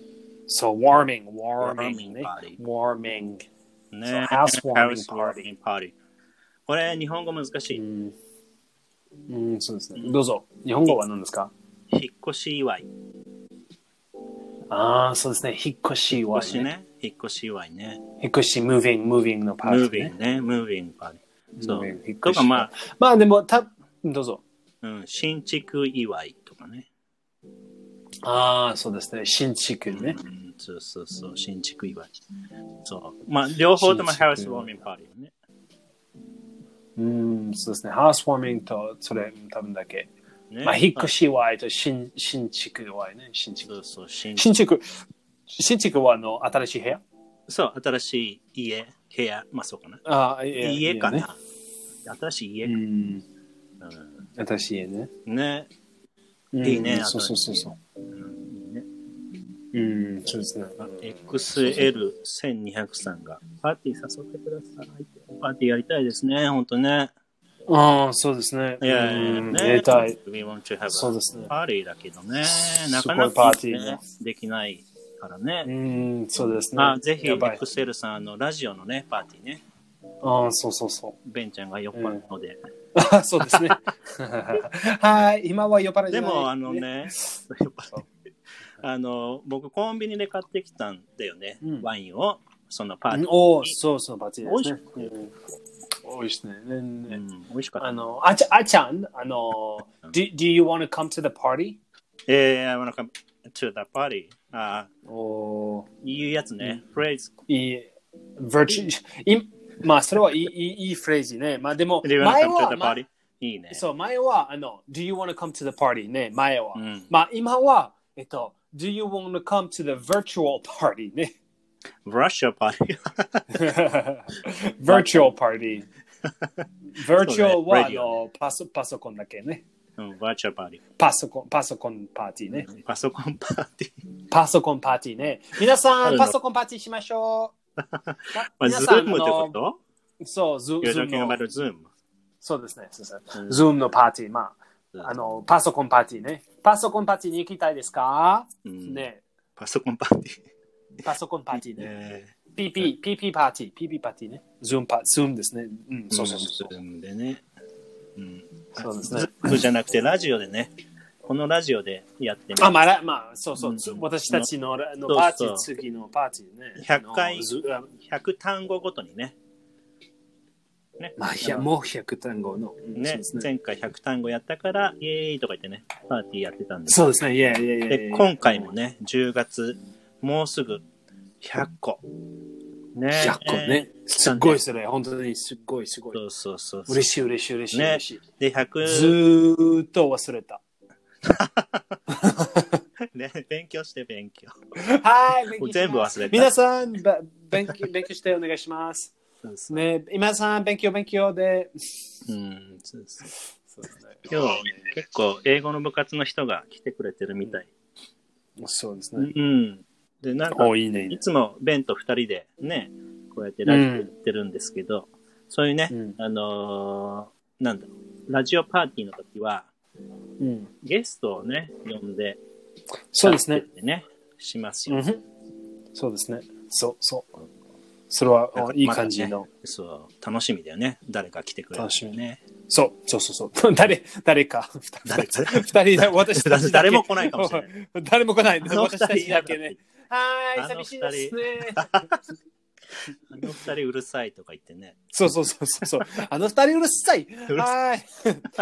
Speaker 1: そう、warming、
Speaker 2: warming
Speaker 1: warming ね
Speaker 2: party。
Speaker 1: warming。
Speaker 2: ょ。ね、
Speaker 1: そう housewarming
Speaker 2: housewarming party これ、日本語難し
Speaker 1: う
Speaker 2: い。
Speaker 1: ん、うん、そうですね。どうぞ。日本語は何ですか
Speaker 2: 引っ越し祝い。引
Speaker 1: ああ、そうですね。引っ越し
Speaker 2: っ
Speaker 1: は
Speaker 2: 越し。ね、引っ越し祝いね。
Speaker 1: 引っ越し、moving、moving のパ
Speaker 2: ム
Speaker 1: ー
Speaker 2: ー
Speaker 1: ティ
Speaker 2: ビ
Speaker 1: ーね。
Speaker 2: ングね、ムービングパーティー。そ
Speaker 1: moving
Speaker 2: う。
Speaker 1: 引っ越
Speaker 2: と
Speaker 1: し
Speaker 2: か、ま
Speaker 1: まあでも、た、どうぞ。
Speaker 2: あ、うん、新築祝いとかね。
Speaker 1: ああ、そうですね。新築ね。
Speaker 2: うん、そうそうそう、新築祝い。そう。まあ、両方とも
Speaker 1: 新築祝
Speaker 2: ハ
Speaker 1: い
Speaker 2: ウスウォーミングパーティーね。
Speaker 1: うん、そうですね。ハウスウォーミングと、それ、多分だけ。
Speaker 2: ね
Speaker 1: まあ、引っ越し祝いと新新築祝いね。新築。
Speaker 2: そうそう、新
Speaker 1: 新築。新築はあの新しい部屋
Speaker 2: そう、新しい家、部屋、まあそうかな。
Speaker 1: ああ、家
Speaker 2: 家か
Speaker 1: ね。
Speaker 2: な。新しい家
Speaker 1: う。ん。
Speaker 2: う
Speaker 1: 新しい家ね。
Speaker 2: んね。
Speaker 1: うん
Speaker 2: いいね
Speaker 1: そうそうそうそ
Speaker 2: うんいいね
Speaker 1: う。うん、そうですね。
Speaker 2: あ XL1200 さんが、パーティー誘ってくださいって。パーティーやりたいですね、ほんとね。
Speaker 1: ああ、そうですね。
Speaker 2: いやいやいや
Speaker 1: うん
Speaker 2: ね
Speaker 1: やりたい。
Speaker 2: We want to have
Speaker 1: そう
Speaker 2: a
Speaker 1: ですね。
Speaker 2: パーティーだけどね。
Speaker 1: す
Speaker 2: なか
Speaker 1: すご
Speaker 2: な
Speaker 1: い
Speaker 2: か、
Speaker 1: パーティー
Speaker 2: ね
Speaker 1: ね、
Speaker 2: できないから
Speaker 1: う
Speaker 2: ね。
Speaker 1: ん、そうですね。
Speaker 2: あぜひ、
Speaker 1: やばい
Speaker 2: XL さん、あの、ラジオのね、パーティーね。
Speaker 1: ああ、そうそう そう。
Speaker 2: ベンちゃんが酔っ払うので。
Speaker 1: あそうですね。 はい、今は酔っ払いじ
Speaker 2: で
Speaker 1: ゃない
Speaker 2: も、あの。ね、やっぱり あの、僕、コンビニで買ってきたんだよね、
Speaker 1: うん
Speaker 2: ワインを、そのパーティー。
Speaker 1: おお、そうそう、バッチリ
Speaker 2: 美
Speaker 1: で
Speaker 2: 味
Speaker 1: すね。
Speaker 2: しくて、
Speaker 1: おいしいね。
Speaker 2: う
Speaker 1: ね
Speaker 2: ん、美味しかった。
Speaker 1: あの、あちゃあちゃん、あの、do, do you want to come to the party?
Speaker 2: えー、I wanna come to the party. あ
Speaker 1: おー
Speaker 2: ーいうやつね、フレーズ。
Speaker 1: いい、virtue、いまあ、それはいいいいいいフレーズね。まあ、でも、
Speaker 2: Do you wanna
Speaker 1: 前
Speaker 2: come to
Speaker 1: は、
Speaker 2: the
Speaker 1: まあ
Speaker 2: party? いいね。
Speaker 1: そう、前は、あの、do you want to come to the party ね、前は。
Speaker 2: うん
Speaker 1: まあ、今は、えっと、do you want to come to the virtual party ね。
Speaker 2: Russia party.
Speaker 1: virtual party。virtual は、あ
Speaker 2: radio
Speaker 1: のパソパソコンだけね。
Speaker 2: うん、Virtual party.
Speaker 1: パソコン、パソコンパーティーね。
Speaker 2: パソコンパーティー。
Speaker 1: パソコンパーティーね。皆さ
Speaker 2: ある
Speaker 1: ん、
Speaker 2: の
Speaker 1: パソコンパーティーしましょう。ま
Speaker 2: まあ、
Speaker 1: 皆さん
Speaker 2: Zoom ってこ
Speaker 1: あ
Speaker 2: と
Speaker 1: のそう、ズ
Speaker 2: ?You're
Speaker 1: ー
Speaker 2: talking
Speaker 1: ムの。
Speaker 2: about Zoom.
Speaker 1: そうですね。そうそう
Speaker 2: うん
Speaker 1: ズームのパーティー、ま
Speaker 2: うん
Speaker 1: あ、あの、パソコンパーティーね。パソコンパーティーに行きたいですか、
Speaker 2: うん
Speaker 1: ね。
Speaker 2: パソコンパーティー。
Speaker 1: パソコンパーティーね。
Speaker 2: え
Speaker 1: PP、PP パーティー、PP パーティーね。ズームパー、ズームですね。うん、
Speaker 2: ー
Speaker 1: そうそうそう。
Speaker 2: Zoom でね。うん。
Speaker 1: そうですね。
Speaker 2: Zoom じゃなくて、ラジオでね。このラジオでやってみる
Speaker 1: あ、まあ、らまあ、そうそう、つ
Speaker 2: うん
Speaker 1: 私たちのあの
Speaker 2: そうそう
Speaker 1: パーティー、次のパーティーね。
Speaker 2: 100回
Speaker 1: あのずあ
Speaker 2: 100単語ごとにね。ね。
Speaker 1: まあ、いやもう100単語の。うん
Speaker 2: ね、
Speaker 1: そうですね。
Speaker 2: 前回100単語やったから、イエーイとか言ってね、パーティーやってたんです。
Speaker 1: そうですね、いやいやいやい
Speaker 2: で、
Speaker 1: や。
Speaker 2: 今回もね、10月、もうすぐ100個。ね。
Speaker 1: 100個ね。すっごいそれ、本当にすっごいすごい。
Speaker 2: そうそうそう。
Speaker 1: 嬉しい嬉しい嬉しい
Speaker 2: ね
Speaker 1: 嬉しい。
Speaker 2: で、
Speaker 1: ず
Speaker 2: 100、
Speaker 1: ーっと忘れた。
Speaker 2: ね、勉強して勉強。
Speaker 1: はい、勉強し
Speaker 2: も
Speaker 1: ま
Speaker 2: う
Speaker 1: す
Speaker 2: 全部忘れた。
Speaker 1: 皆さん、ば勉強勉強してお願いします。
Speaker 2: そうそう
Speaker 1: ね、皆さん、勉強勉強で。
Speaker 2: うん、そうそう今日、結構、英語の部活の人が来てくれてるみたい。
Speaker 1: そうです
Speaker 2: う。ん。で、なんか、
Speaker 1: いいね
Speaker 2: いつもベンと2人でね、こうやってラジオやってるんですけど、そういうね、
Speaker 1: うん
Speaker 2: あのーなんだろう、ラジオパーティーの時は、
Speaker 1: うん
Speaker 2: ゲストをね、呼んで、
Speaker 1: そうですね。
Speaker 2: でね、しますよ。
Speaker 1: うんふん、そうですね。そうそう。それは
Speaker 2: なんか
Speaker 1: あいい感じの。
Speaker 2: そう、楽しみだよね。誰か来てくれる、ね。
Speaker 1: 楽しみ
Speaker 2: ね。
Speaker 1: そうそうそうそう。 誰誰か。
Speaker 2: 誰か
Speaker 1: 二人で私たちだけ
Speaker 2: 誰も来ないかもしれ な
Speaker 1: 誰も来ない。
Speaker 2: あの二
Speaker 1: 私
Speaker 2: 人
Speaker 1: たちだけね。は
Speaker 2: あ
Speaker 1: ーい、
Speaker 2: の二
Speaker 1: 寂
Speaker 2: 人
Speaker 1: しいですね。
Speaker 2: あの二人うるさいとか言ってね。
Speaker 1: そうそうそうそうそう。あの二人うるさい。
Speaker 2: うる
Speaker 1: は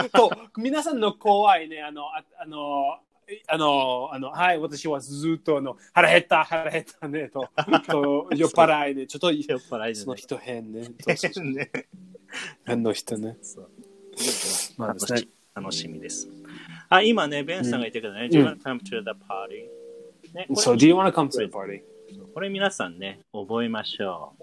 Speaker 1: ーい。 と皆さんの怖いねあのああの。あの、あの、はい、私はずっと、あの、腹減った、腹減ったね、 と、と酔っ払いで、ちょっと、
Speaker 2: 酔っ払いじ
Speaker 1: そ
Speaker 2: ゃな
Speaker 1: の
Speaker 2: い。
Speaker 1: 人変ね。そう そうそう
Speaker 2: ね。
Speaker 1: 変の人ね。
Speaker 2: そう。
Speaker 1: まあ
Speaker 2: 楽
Speaker 1: で
Speaker 2: し
Speaker 1: すね
Speaker 2: み楽しみです。あ、今ね、ベンさんが言ってくれたね、自分の time to the party。ね、これ
Speaker 1: So, do you want to come to the party?
Speaker 2: これ皆さんね、覚えましょ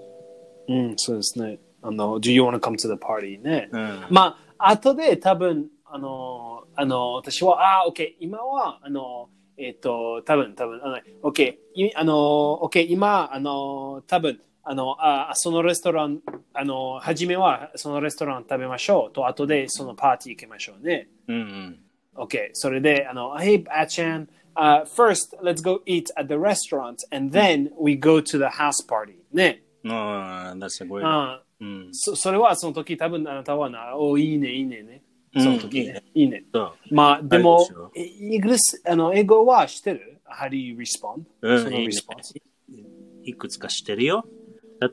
Speaker 1: うん、そうですね。あの、Do you want to come to the party? ね。
Speaker 2: う。うん。
Speaker 1: まあ、後で多分、あの、あの、私は、あー、OK、今は、あの、えっ、と、多分、多分、あの、OK、いあの、OK、今、あの、多分、あの、あーそのレストラン、あの、初めはそのレストラン食べましょうと、後でそのパーティー行きましょうね。
Speaker 2: うんうん。
Speaker 1: Okay, so today, I know, hey, Achan, uh, first let's go eat at the restaurant and then we go to the house party. ね。
Speaker 2: ああ、that's a great.
Speaker 1: あ
Speaker 2: うん。
Speaker 1: そそれはその時多分あなたはな、おいいね、いいねね。
Speaker 2: うん
Speaker 1: その時
Speaker 2: いいね
Speaker 1: ね。いいね。
Speaker 2: そ
Speaker 1: まあで
Speaker 2: あれ
Speaker 1: も
Speaker 2: でしょ、
Speaker 1: えイギリス、あの、英語はしてる ?How do you respond?
Speaker 2: う。う
Speaker 1: そ
Speaker 2: ん、
Speaker 1: の
Speaker 2: いいね
Speaker 1: response
Speaker 2: いくつかしてるよ。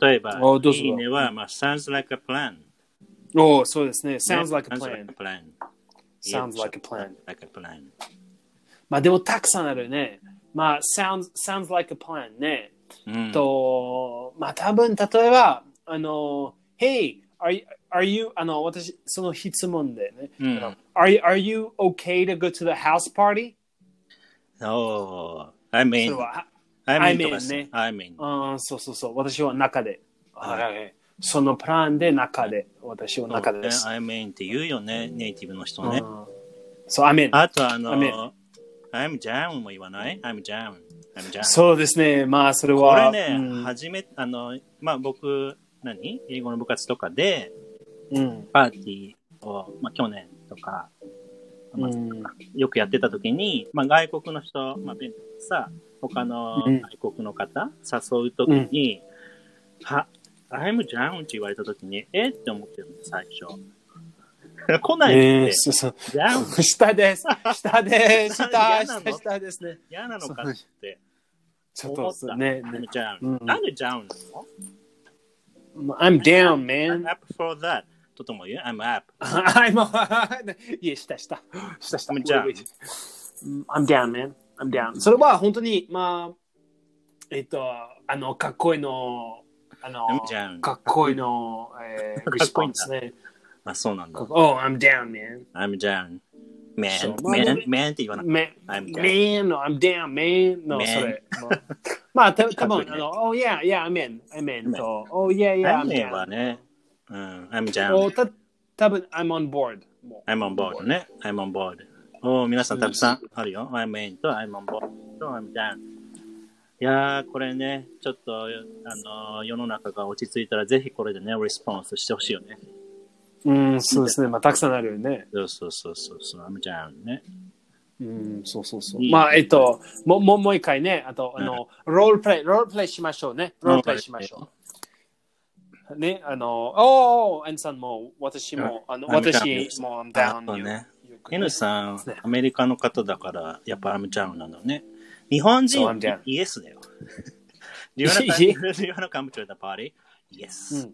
Speaker 2: 例えば、
Speaker 1: おどうぞ
Speaker 2: いいねは、まあ、sounds like a plan.
Speaker 1: おお、そうですね。
Speaker 2: ね
Speaker 1: Sounds like a
Speaker 2: Sounds
Speaker 1: plan.
Speaker 2: like a plan.
Speaker 1: Sounds like a plan.
Speaker 2: Like a plan.
Speaker 1: まあでもたくさんあるね。まあ、sounds, sounds like a plan ね。
Speaker 2: うん。
Speaker 1: と、まあ多分例えば、あの、Hey, are you, are you あの、私、その質問でね。
Speaker 2: うん
Speaker 1: あの are, you- are you okay to go to the house party?
Speaker 2: Oh, I
Speaker 1: それ
Speaker 2: mean,
Speaker 1: は、
Speaker 2: I
Speaker 1: I
Speaker 2: mean,
Speaker 1: mean
Speaker 2: とか
Speaker 1: ね
Speaker 2: I mean.
Speaker 1: あーそうそうそう。私は中で。
Speaker 2: は
Speaker 1: はいいはい。そのプランで中で。私は中でです。
Speaker 2: I mean って言うよね、ネイティブの人
Speaker 1: う
Speaker 2: ね。
Speaker 1: んそう、アメン。
Speaker 2: あとあの
Speaker 1: I mean
Speaker 2: I'm down も言わない ?I'm down. I'm down.
Speaker 1: そうですね。まあ、それ
Speaker 2: こ
Speaker 1: は。
Speaker 2: れね、
Speaker 1: うん
Speaker 2: 初め、あの、まあ僕、何英語の部活とかで、
Speaker 1: うん。
Speaker 2: パーティーを、まあ去年とか、まあ
Speaker 1: うん
Speaker 2: よくやってた時に、まあ外国の人、まあベンさ、他の
Speaker 1: うん
Speaker 2: 外国の方、誘う時に、は、I'm down って言われた時に、えって思ってるんです、最初。 来ない
Speaker 1: えー
Speaker 2: って、
Speaker 1: そうそう。
Speaker 2: ダウン
Speaker 1: 下です。下です。
Speaker 2: 下
Speaker 1: 下、
Speaker 2: 嫌なの
Speaker 1: 下、下ですね。
Speaker 2: 嫌なのかって
Speaker 1: ちょ
Speaker 2: 思
Speaker 1: っ
Speaker 2: った。
Speaker 1: とね。
Speaker 2: I'm
Speaker 1: ね
Speaker 2: down、
Speaker 1: うん
Speaker 2: なんで down なの
Speaker 1: I'm down, man.
Speaker 2: ?I'm up for that. ととも言う ?I'm up.
Speaker 1: はい、もう、 いや、したした。したした。
Speaker 2: I'm down.
Speaker 1: I'm down, man. I'm down. それは本当に、まあ、えっと、あの、かっこいいの、あ
Speaker 2: I'm
Speaker 1: の、
Speaker 2: down.
Speaker 1: かっこいいの、えー、
Speaker 2: か
Speaker 1: リ
Speaker 2: っ
Speaker 1: ス
Speaker 2: こ
Speaker 1: ポ
Speaker 2: いいん
Speaker 1: ン
Speaker 2: だ
Speaker 1: スね。
Speaker 2: あ、そうなんだ。
Speaker 1: Oh, I'm down, man.
Speaker 2: I'm down.
Speaker 1: そう
Speaker 2: Man.
Speaker 1: まあ
Speaker 2: Man, man って言わなくて。
Speaker 1: Man,
Speaker 2: I'm down.
Speaker 1: man, no, I'm down, man. No,
Speaker 2: Man.
Speaker 1: それ。もうまあ、た多
Speaker 2: かっこいい
Speaker 1: 分
Speaker 2: ね
Speaker 1: あの、Oh, yeah, yeah, I'm in. I'm in.
Speaker 2: Man.
Speaker 1: と Oh, yeah, yeah,
Speaker 2: I'm
Speaker 1: I'm
Speaker 2: man は
Speaker 1: down.
Speaker 2: ね、うん、I'm
Speaker 1: お
Speaker 2: down.
Speaker 1: た多分 I'm on board. も
Speaker 2: I'm on board ね。I'm on board. おー皆さんたくさんあるよ。I'm in と I'm on board と I'm down. いやー、これね、ちょっと、あのー世の中が落ち着いたら、ぜひこれでね、レスポンスしてほしいよね。
Speaker 1: ううん、そうですね。まあ、たくさんあるよね。
Speaker 2: そうそうそうそうそう、I'm down ね。
Speaker 1: うん、そうそうそう
Speaker 2: いい。
Speaker 1: まあ、えっと、ももうもう一回ね、あと、あの、ロールプレイ、ロールプレイしましょうね。ロールプレイしましょう。ね、あの、おー、エンさんも、私も、あの、
Speaker 2: I'm down
Speaker 1: 私も、I'm
Speaker 2: あ
Speaker 1: down.
Speaker 2: とね、
Speaker 1: You- you could-
Speaker 2: N さん
Speaker 1: そうね、
Speaker 2: アメリカの方だから、やっぱ I'm down なのね。日本人
Speaker 1: そう
Speaker 2: は
Speaker 1: I'm down
Speaker 2: イエス だよ。Do you wanna
Speaker 1: Yeah.
Speaker 2: do you wanna come to the party? イエ
Speaker 1: う
Speaker 2: ス
Speaker 1: ん。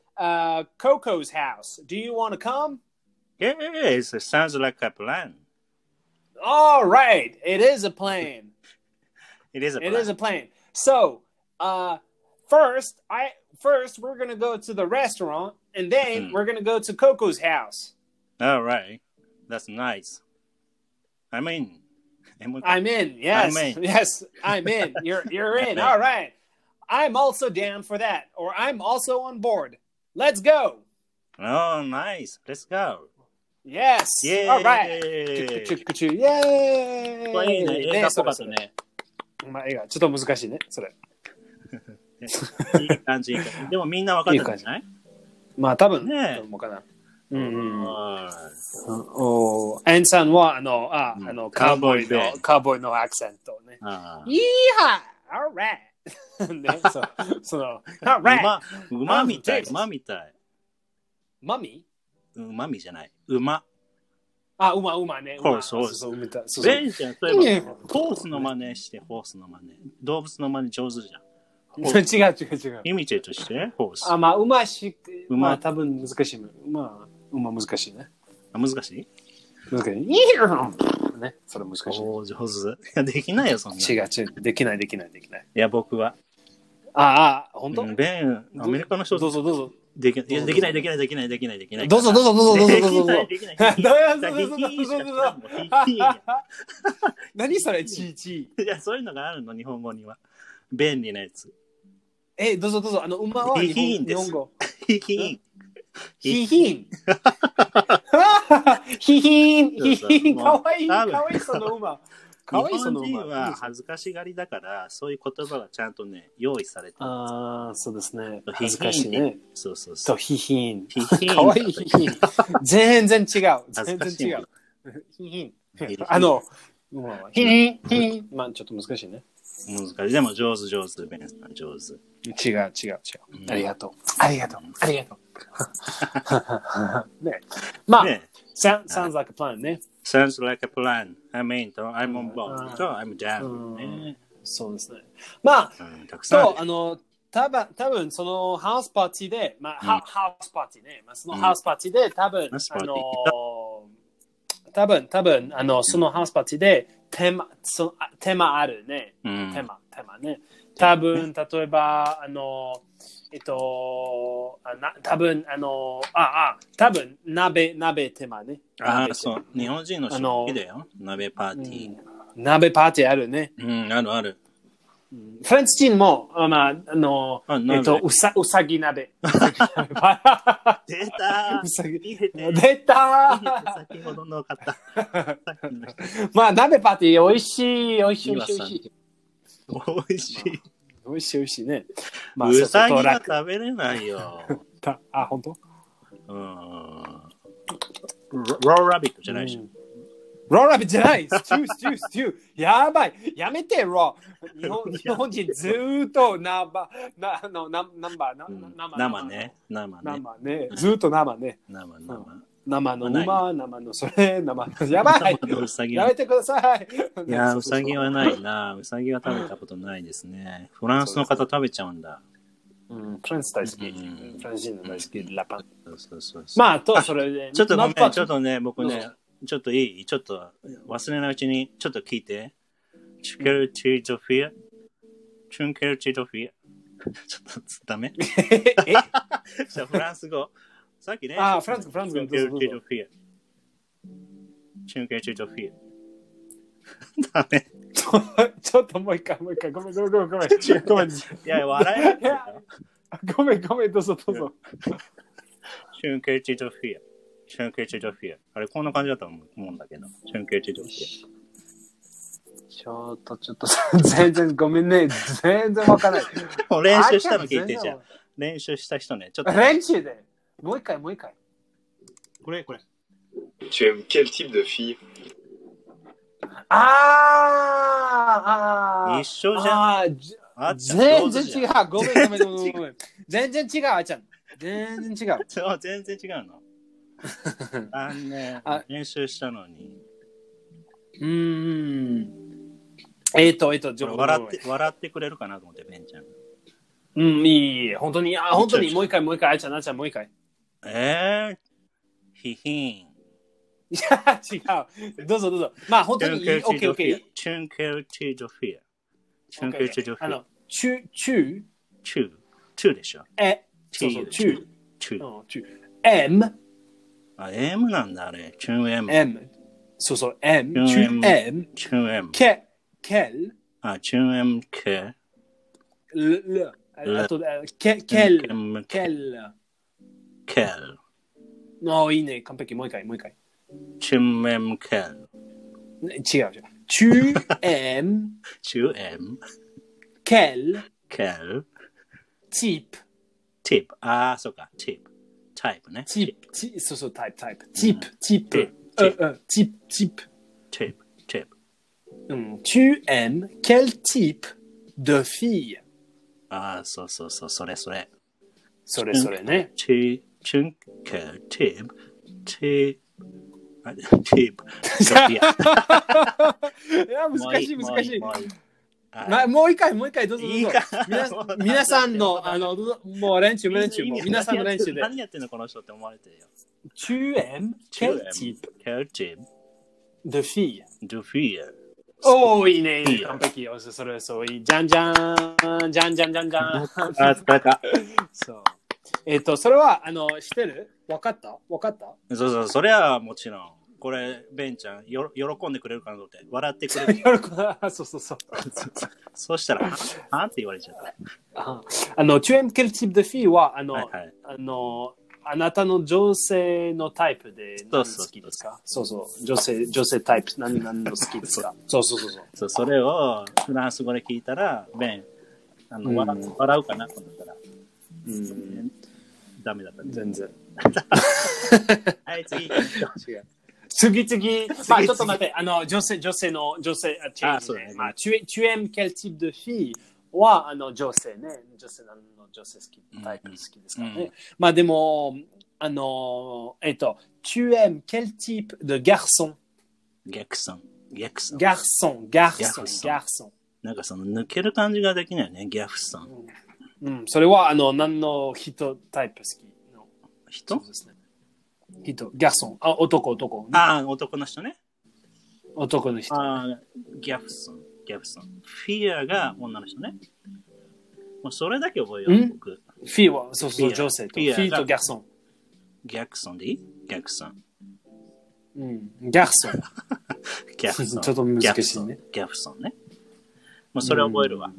Speaker 1: uh, Coco's house. Do you want to come?
Speaker 2: Yes, it sounds like a plan.
Speaker 1: All right. It is a plan.
Speaker 2: It is a
Speaker 1: It is a plan.
Speaker 2: plan.
Speaker 1: So, uh, first, I first we're gonna go to the restaurant, and then
Speaker 2: Mhm.
Speaker 1: we're gonna go to Coco's house.
Speaker 2: Alright. That's nice. I'm in.
Speaker 1: I'm in. Yes,
Speaker 2: I'm in.
Speaker 1: yes, I'm in. You're you're in. All right. I'm also down for that, or I'm also on board. Let's go.
Speaker 2: Oh, nice. Let's go.
Speaker 1: Yes.
Speaker 2: Yay!
Speaker 1: All right.
Speaker 2: こ
Speaker 1: チュクチュクチュクチュ
Speaker 2: れいいね。
Speaker 1: Yay.
Speaker 2: 映画っぽかったね。
Speaker 1: ね、それそれ。まあ、映画、ちょっと難しいね、それ。まあ、多分、
Speaker 2: いい感じ。いい感じでもみんな分かったんじゃないねえ。
Speaker 1: どうかな。うんうん。
Speaker 2: はい
Speaker 1: おーエンさんは、あの、あ、
Speaker 2: うん
Speaker 1: あの、
Speaker 2: カ
Speaker 1: カ
Speaker 2: ウ
Speaker 1: ウ
Speaker 2: ボ
Speaker 1: ボ
Speaker 2: ー
Speaker 1: ー
Speaker 2: イ
Speaker 1: イ
Speaker 2: で
Speaker 1: の、カウボーイのアクセントね。
Speaker 2: あー
Speaker 1: イーハー !Alright! ね、そう、 その、
Speaker 2: う
Speaker 1: Alright!
Speaker 2: ま、うまみたい。
Speaker 1: Alright.
Speaker 2: うまみたい。
Speaker 1: マミ
Speaker 2: うまみじゃない。うま。
Speaker 1: あ、うま、うまね。ま
Speaker 2: そうそう
Speaker 1: そう、うまたそうそう
Speaker 2: ベンちゃん、そういえ
Speaker 1: いい
Speaker 2: ば
Speaker 1: ね、
Speaker 2: ホースの真似して、ホースの真似。動物の真似上手じゃん。
Speaker 1: 違う違う違う。
Speaker 2: イミチェとして、ホース。
Speaker 1: あ、
Speaker 2: あ、
Speaker 1: まあ、うまし、
Speaker 2: うま
Speaker 1: まあ、多分難しい。まあ、うま難しいね。
Speaker 2: 難しい
Speaker 1: 難しい。イーハーね、それ難しい。
Speaker 2: おー、上手。いや、できないよ、そんな。い
Speaker 1: 違う違う。できないできないできない。
Speaker 2: や、僕は。
Speaker 1: ああ、本当
Speaker 2: うんベン、アメリカの人
Speaker 1: どうぞどうぞ。
Speaker 2: できないいやできない、できない、できない、できない、できない。
Speaker 1: どうぞどうぞどうぞどうぞどうぞどうぞ
Speaker 2: できない、でき
Speaker 1: ど
Speaker 2: な
Speaker 1: う
Speaker 2: い。
Speaker 1: ぞどうぞどうぞ何それちいちい。
Speaker 2: いや、そういうのがあるの、日本語には。便利なやつ。
Speaker 1: え、どうぞどうぞ。あの、馬は日
Speaker 2: いいん
Speaker 1: 本
Speaker 2: で
Speaker 1: 日
Speaker 2: す
Speaker 1: 本語。
Speaker 2: ヒヒ
Speaker 1: ヒヒン。ヒヒン。 ヒヒン。かわいい。
Speaker 2: 多
Speaker 1: か
Speaker 2: 分
Speaker 1: わいい、その馬。
Speaker 2: 日
Speaker 1: かわいい、そ
Speaker 2: 本
Speaker 1: の
Speaker 2: 人
Speaker 1: 馬。
Speaker 2: は恥ずかしがりだから、そういう言葉がちゃんとね、用意されてる。
Speaker 1: ああ、そうですね
Speaker 2: ヒヒン。
Speaker 1: 恥ずかしいね。
Speaker 2: そうそうそ
Speaker 1: と、
Speaker 2: う。
Speaker 1: ヒヒ ン。
Speaker 2: ヒヒ
Speaker 1: かわいい、ヒヒン。全然違う。
Speaker 2: 恥ず
Speaker 1: 全
Speaker 2: か
Speaker 1: 然
Speaker 2: しい
Speaker 1: 違
Speaker 2: もん
Speaker 1: う。ヒヒン
Speaker 2: ヒヒン。
Speaker 1: あの、馬はヒヒン。ヒヒン。まあ、ちょっと難しいね。
Speaker 2: 難しい。でも上手上手、ベンさん上手。
Speaker 1: 違う違う違う。
Speaker 2: うん
Speaker 1: ありがとう。ありがとう。ありがとう。 ね、まあ、
Speaker 2: ね、
Speaker 1: さ sounds like a plan ね。
Speaker 2: sounds like a plan. I'm in と I'm on board と I'm
Speaker 1: うん
Speaker 2: down. ね
Speaker 1: そうですね。まあ、
Speaker 2: うんたくさんあ
Speaker 1: そ
Speaker 2: る
Speaker 1: う、あの、多分多分そのハウスパーティーで、まあ、
Speaker 2: うん
Speaker 1: ハハウスパーティーね、まあ、その
Speaker 2: うん
Speaker 1: ハウスパーティーで、多分
Speaker 2: ハウスパ
Speaker 1: あ
Speaker 2: ーティー
Speaker 1: の、多分多分あの、そのハウスパーティーで、テーマ、そのあテーマあるね、
Speaker 2: うん
Speaker 1: テーマ、テーマね。多分例えば、あの、えっと、あな多分あの、あ、あ、多分鍋、鍋テーマね。
Speaker 2: あ
Speaker 1: 鍋
Speaker 2: あ、そう。日本人の人好きだよ。鍋パーティー。
Speaker 1: 鍋パーティーあるね。
Speaker 2: うん、あるある。
Speaker 1: フランス人も、あまあ、あの、
Speaker 2: あ鍋
Speaker 1: えっと、うさ、うさぎ鍋。うさぎ鍋
Speaker 2: 出た
Speaker 1: うさぎ
Speaker 2: 見えて
Speaker 1: 出た
Speaker 2: 先ほどの方。
Speaker 1: まあ、鍋パーティー、美味しい、美味しい、美味しい、美味しい。
Speaker 2: 美味しい。
Speaker 1: 美味しい、美味しいね。まあ、
Speaker 2: うさぎ
Speaker 1: そうそう
Speaker 2: は
Speaker 1: 楽
Speaker 2: 食べれないよ。
Speaker 1: だあ、本当
Speaker 2: うん。ロローラビットじゃないでしょ。
Speaker 1: ローラビじゃないスチュー、スチュー、スチュー。やばいやめて、ロー日本日本人ずーっとナンバー、なあのナンナンバー、な
Speaker 2: うん
Speaker 1: ナンバー
Speaker 2: 生ね。生ね。
Speaker 1: 生ね。ずーっと生ね。
Speaker 2: 生生。
Speaker 1: 生の
Speaker 2: ない
Speaker 1: 馬、生のそれ、生の。やばい
Speaker 2: 生のうさぎは
Speaker 1: やめてください
Speaker 2: いやー、うさぎはないな。うさぎは食べたことないですね。フランスの方食べちゃうんだ。
Speaker 1: うん、フランス大好き。
Speaker 2: うん
Speaker 1: フランス人の大好き、ラパン。
Speaker 2: そうそうそうそう
Speaker 1: まあ、と、それで。
Speaker 2: ちょっとごめん、
Speaker 1: まあ
Speaker 2: ちょっとね、僕ね
Speaker 1: ど、
Speaker 2: ちょっといいちょっと忘れないうちに、ちょっと聞いて。チュケルチードフィアチュンケルチードフィア ちょっとダメ
Speaker 1: え
Speaker 2: じゃあフランス語。さっきね。
Speaker 1: あーフランス語フランス語
Speaker 2: チュンケルチードフィアチュンケルチードフィア ダメ。
Speaker 1: ちょちょっともう一回、もう一回。ごめん、ごめん、ごめん、ごめん。ごめん、
Speaker 2: いや、笑えない
Speaker 1: いやごめん、ごめん、どうぞ、どうぞ。
Speaker 2: チュンケルチードフィアチュンケルチードフィアあれ、こんな感じだと思うんだけど。チュンケルチードフィア
Speaker 1: ちょっと、ちょっと、全然、ごめんね。全然わからない。
Speaker 2: もう練習したの聞いてじゃん。練習した人ね、ちょっと。
Speaker 1: 練習で。もう一回、もう一回。
Speaker 2: これこれ。
Speaker 4: Tu aimes quel type de fille
Speaker 1: あああ
Speaker 2: 一緒じゃん。
Speaker 1: ゃん。
Speaker 2: あ
Speaker 1: 全然違
Speaker 2: う。
Speaker 1: う。ごめん、ごめん、ごめんごめん。全然違う、あーちゃん。全然違う。
Speaker 2: そう、全然違 うの。あんね
Speaker 1: あ、
Speaker 2: 練習したのに。
Speaker 1: うーん。えっ、と、えっ、と、じゃあ
Speaker 2: 笑って、笑ってくれるかなと思って、ベンちゃん。
Speaker 1: うん、いいいい、本当に、あ、本当に、もう一回、もう一回、あいちゃん、あいちゃん、もう一回。
Speaker 2: えー、ひひん。
Speaker 1: いや、違う。どうぞ、どうぞ。まあ、本当にいい、オッケー、オッケー。
Speaker 2: チュンケルチードフィア。チュンケルチードフ
Speaker 1: あ
Speaker 2: ィア
Speaker 1: の。、チュ、チュ、
Speaker 2: チュー。チューでしょ。
Speaker 1: え、
Speaker 2: チ
Speaker 1: そうそう
Speaker 2: ュー。
Speaker 1: チュー。
Speaker 2: チュー。
Speaker 1: うん、チュ、M、
Speaker 2: あ、M なんだ、あれ。チュン M。
Speaker 1: M、そうそう、M、チ
Speaker 2: チュ
Speaker 1: ュ、
Speaker 2: ン
Speaker 1: M、
Speaker 2: チュン M。
Speaker 1: け、けル、
Speaker 2: あ、チュン M ケ。
Speaker 1: ル、ル、
Speaker 2: ル
Speaker 1: あと、あけ、けル、
Speaker 2: M
Speaker 1: け
Speaker 2: ケ。
Speaker 1: ル。
Speaker 2: ケル。
Speaker 1: ああ、いいね、完璧、もう一回、もう一回。
Speaker 2: チュン M ケル。
Speaker 1: ね違う、違う。チュ、M、
Speaker 2: チュン M
Speaker 1: けル、
Speaker 2: ケル。
Speaker 1: チープ。
Speaker 2: チップ。ああ、そうか。チップ。タイプね。
Speaker 1: チップ、チそうそう、タイプ、タイプ。チップ、チップ。う
Speaker 2: チッ
Speaker 1: んうん、チップ、チップ。
Speaker 2: チップ。チップ。
Speaker 1: うん、tu Mm, aimes quel type de fille?
Speaker 2: ああ、そうそうそう。それそれ。
Speaker 1: それそれね。
Speaker 2: チチュンケチップ。チップ。あチップ。
Speaker 1: い
Speaker 2: いや
Speaker 1: や、難しい、
Speaker 2: もう
Speaker 1: 難しい。
Speaker 2: もうもうは
Speaker 1: ま
Speaker 2: い
Speaker 1: もう一回、もう一回、どうぞどう
Speaker 2: いい
Speaker 1: ぞ
Speaker 2: か。
Speaker 1: 皆
Speaker 2: もうなんだ
Speaker 1: 皆さんの、あの、どうぞもう練習、練習、もう皆さんの練習で。
Speaker 2: 何やってんのこの人って思われてるよ。
Speaker 1: tu aimes quel type
Speaker 2: ケチップ。
Speaker 1: de fille?
Speaker 2: ドフィア。
Speaker 1: おー、いいね、い
Speaker 2: い
Speaker 1: い
Speaker 2: い
Speaker 1: ね。
Speaker 2: よ
Speaker 1: 完璧。おそそれ、そう、いい。じゃんじゃーん。じゃんじゃんじゃんじゃん。
Speaker 2: あ、疲れた。
Speaker 1: そう。えっ、と、それは、あの、してるわかったわかった
Speaker 2: そうそう、それはもちろん。これ、ベンちゃん、よろ喜んでくれるかなと思って、笑ってく れる。
Speaker 1: 喜ぶあそうそうそう。
Speaker 2: そうしたら、ああんって言われちゃった。
Speaker 1: ああの、チュエムケルチブ・デ・フィーは、あの、
Speaker 2: はいはい。
Speaker 1: あの、あなたの女性のタイプで
Speaker 2: そ
Speaker 1: 何
Speaker 2: うそう
Speaker 1: 好きですかそうそう、女性、女性タイプ、何何の好きですか そうそうそうそう。
Speaker 2: そうそれをフランス語で聞いたら、ベン、あの笑う笑うかなと思ったら、
Speaker 1: うん、
Speaker 2: ダメだったね。
Speaker 1: 全然。
Speaker 2: はい、次。
Speaker 1: 違う。次々、まあ、ちょっと待って、あの、女性、女性の、女性、あ、違う、
Speaker 2: あそうだね
Speaker 1: まあ、tu, tu aimes quel type de fille は、あの、女性ね。女性なの、女性好き、タイプ好きですからね。
Speaker 2: うんうん
Speaker 1: まあ、でも、あの、えっと、tu aimes quel type de garçon?
Speaker 2: 逆算。逆算。
Speaker 1: garçon, garçon,
Speaker 2: Garçon.
Speaker 1: garçon.
Speaker 2: なんかその抜ける感じができないよね。ギャフさん。
Speaker 1: うん、それは、あの、何の人タイプ好きの
Speaker 2: 人
Speaker 1: そうですね。人、garçon。あ、男、男。
Speaker 2: ああ、男の人ね。
Speaker 1: 男の人。
Speaker 2: ああ、ギャフソン、ギャフソン。フィアが女の人ね。もうそれだけ覚えよ
Speaker 1: ん
Speaker 2: う、僕。
Speaker 1: フィーは、そうそう、
Speaker 2: Fear
Speaker 1: 女性と。フィ
Speaker 2: Fear
Speaker 1: ーと
Speaker 2: が
Speaker 1: garçon。
Speaker 2: ギャクソンでいいギャクソン。
Speaker 1: うん、garçon。
Speaker 2: ギャフソ ン。
Speaker 1: ちょっと難しいね
Speaker 2: ギャフソン。ギャフソンね。もうそれ覚えるわ。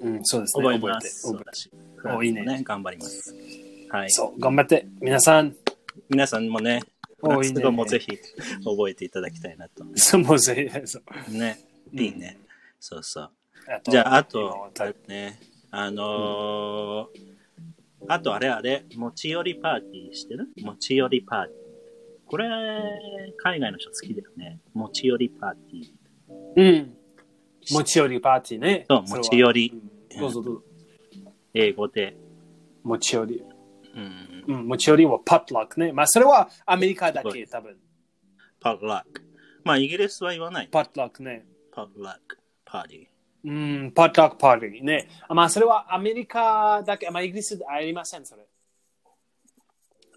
Speaker 1: うん、そうですね。
Speaker 2: 覚え
Speaker 1: 覚え
Speaker 2: ま
Speaker 1: て。
Speaker 2: す。
Speaker 1: 覚えて。
Speaker 2: そうだし
Speaker 1: おいいね
Speaker 2: フランスも頑張ります。はい。
Speaker 1: そう、頑張って。皆さん、
Speaker 2: 皆さんもね、フラ
Speaker 1: お
Speaker 2: ン
Speaker 1: いい
Speaker 2: ス
Speaker 1: ね
Speaker 2: 語もぜひ覚えていただきたいなと。
Speaker 1: そうもうぜひそう
Speaker 2: ね。いいね。そうそう。
Speaker 1: あと
Speaker 2: じゃあ、あ
Speaker 1: 今
Speaker 2: と
Speaker 1: は、タイプ
Speaker 2: ね、あのーあとあれあれ、持ち寄りパーティーしてる持ち寄りパーティー。これ、海外の人好きだよね。持ち寄りパーティ
Speaker 1: う
Speaker 2: ー。
Speaker 1: ん。持ち寄りパーティーね。
Speaker 2: そう、
Speaker 1: れ
Speaker 2: 持
Speaker 1: は
Speaker 2: ち寄り。
Speaker 1: うんどうぞどうぞ。
Speaker 2: 英語で。
Speaker 1: 持ち寄り。
Speaker 2: うん。
Speaker 1: うん、持ち寄りはパットラックね。まあ、それはアメリカだけ、多分。
Speaker 2: パッラック。まあ、イギリスは言わない。
Speaker 1: パットラックね。
Speaker 2: パッラック。パーティー。
Speaker 1: うん、パットラックパーティーね。まあ、それはアメリカだけ、まあ、イギリスありません、それ。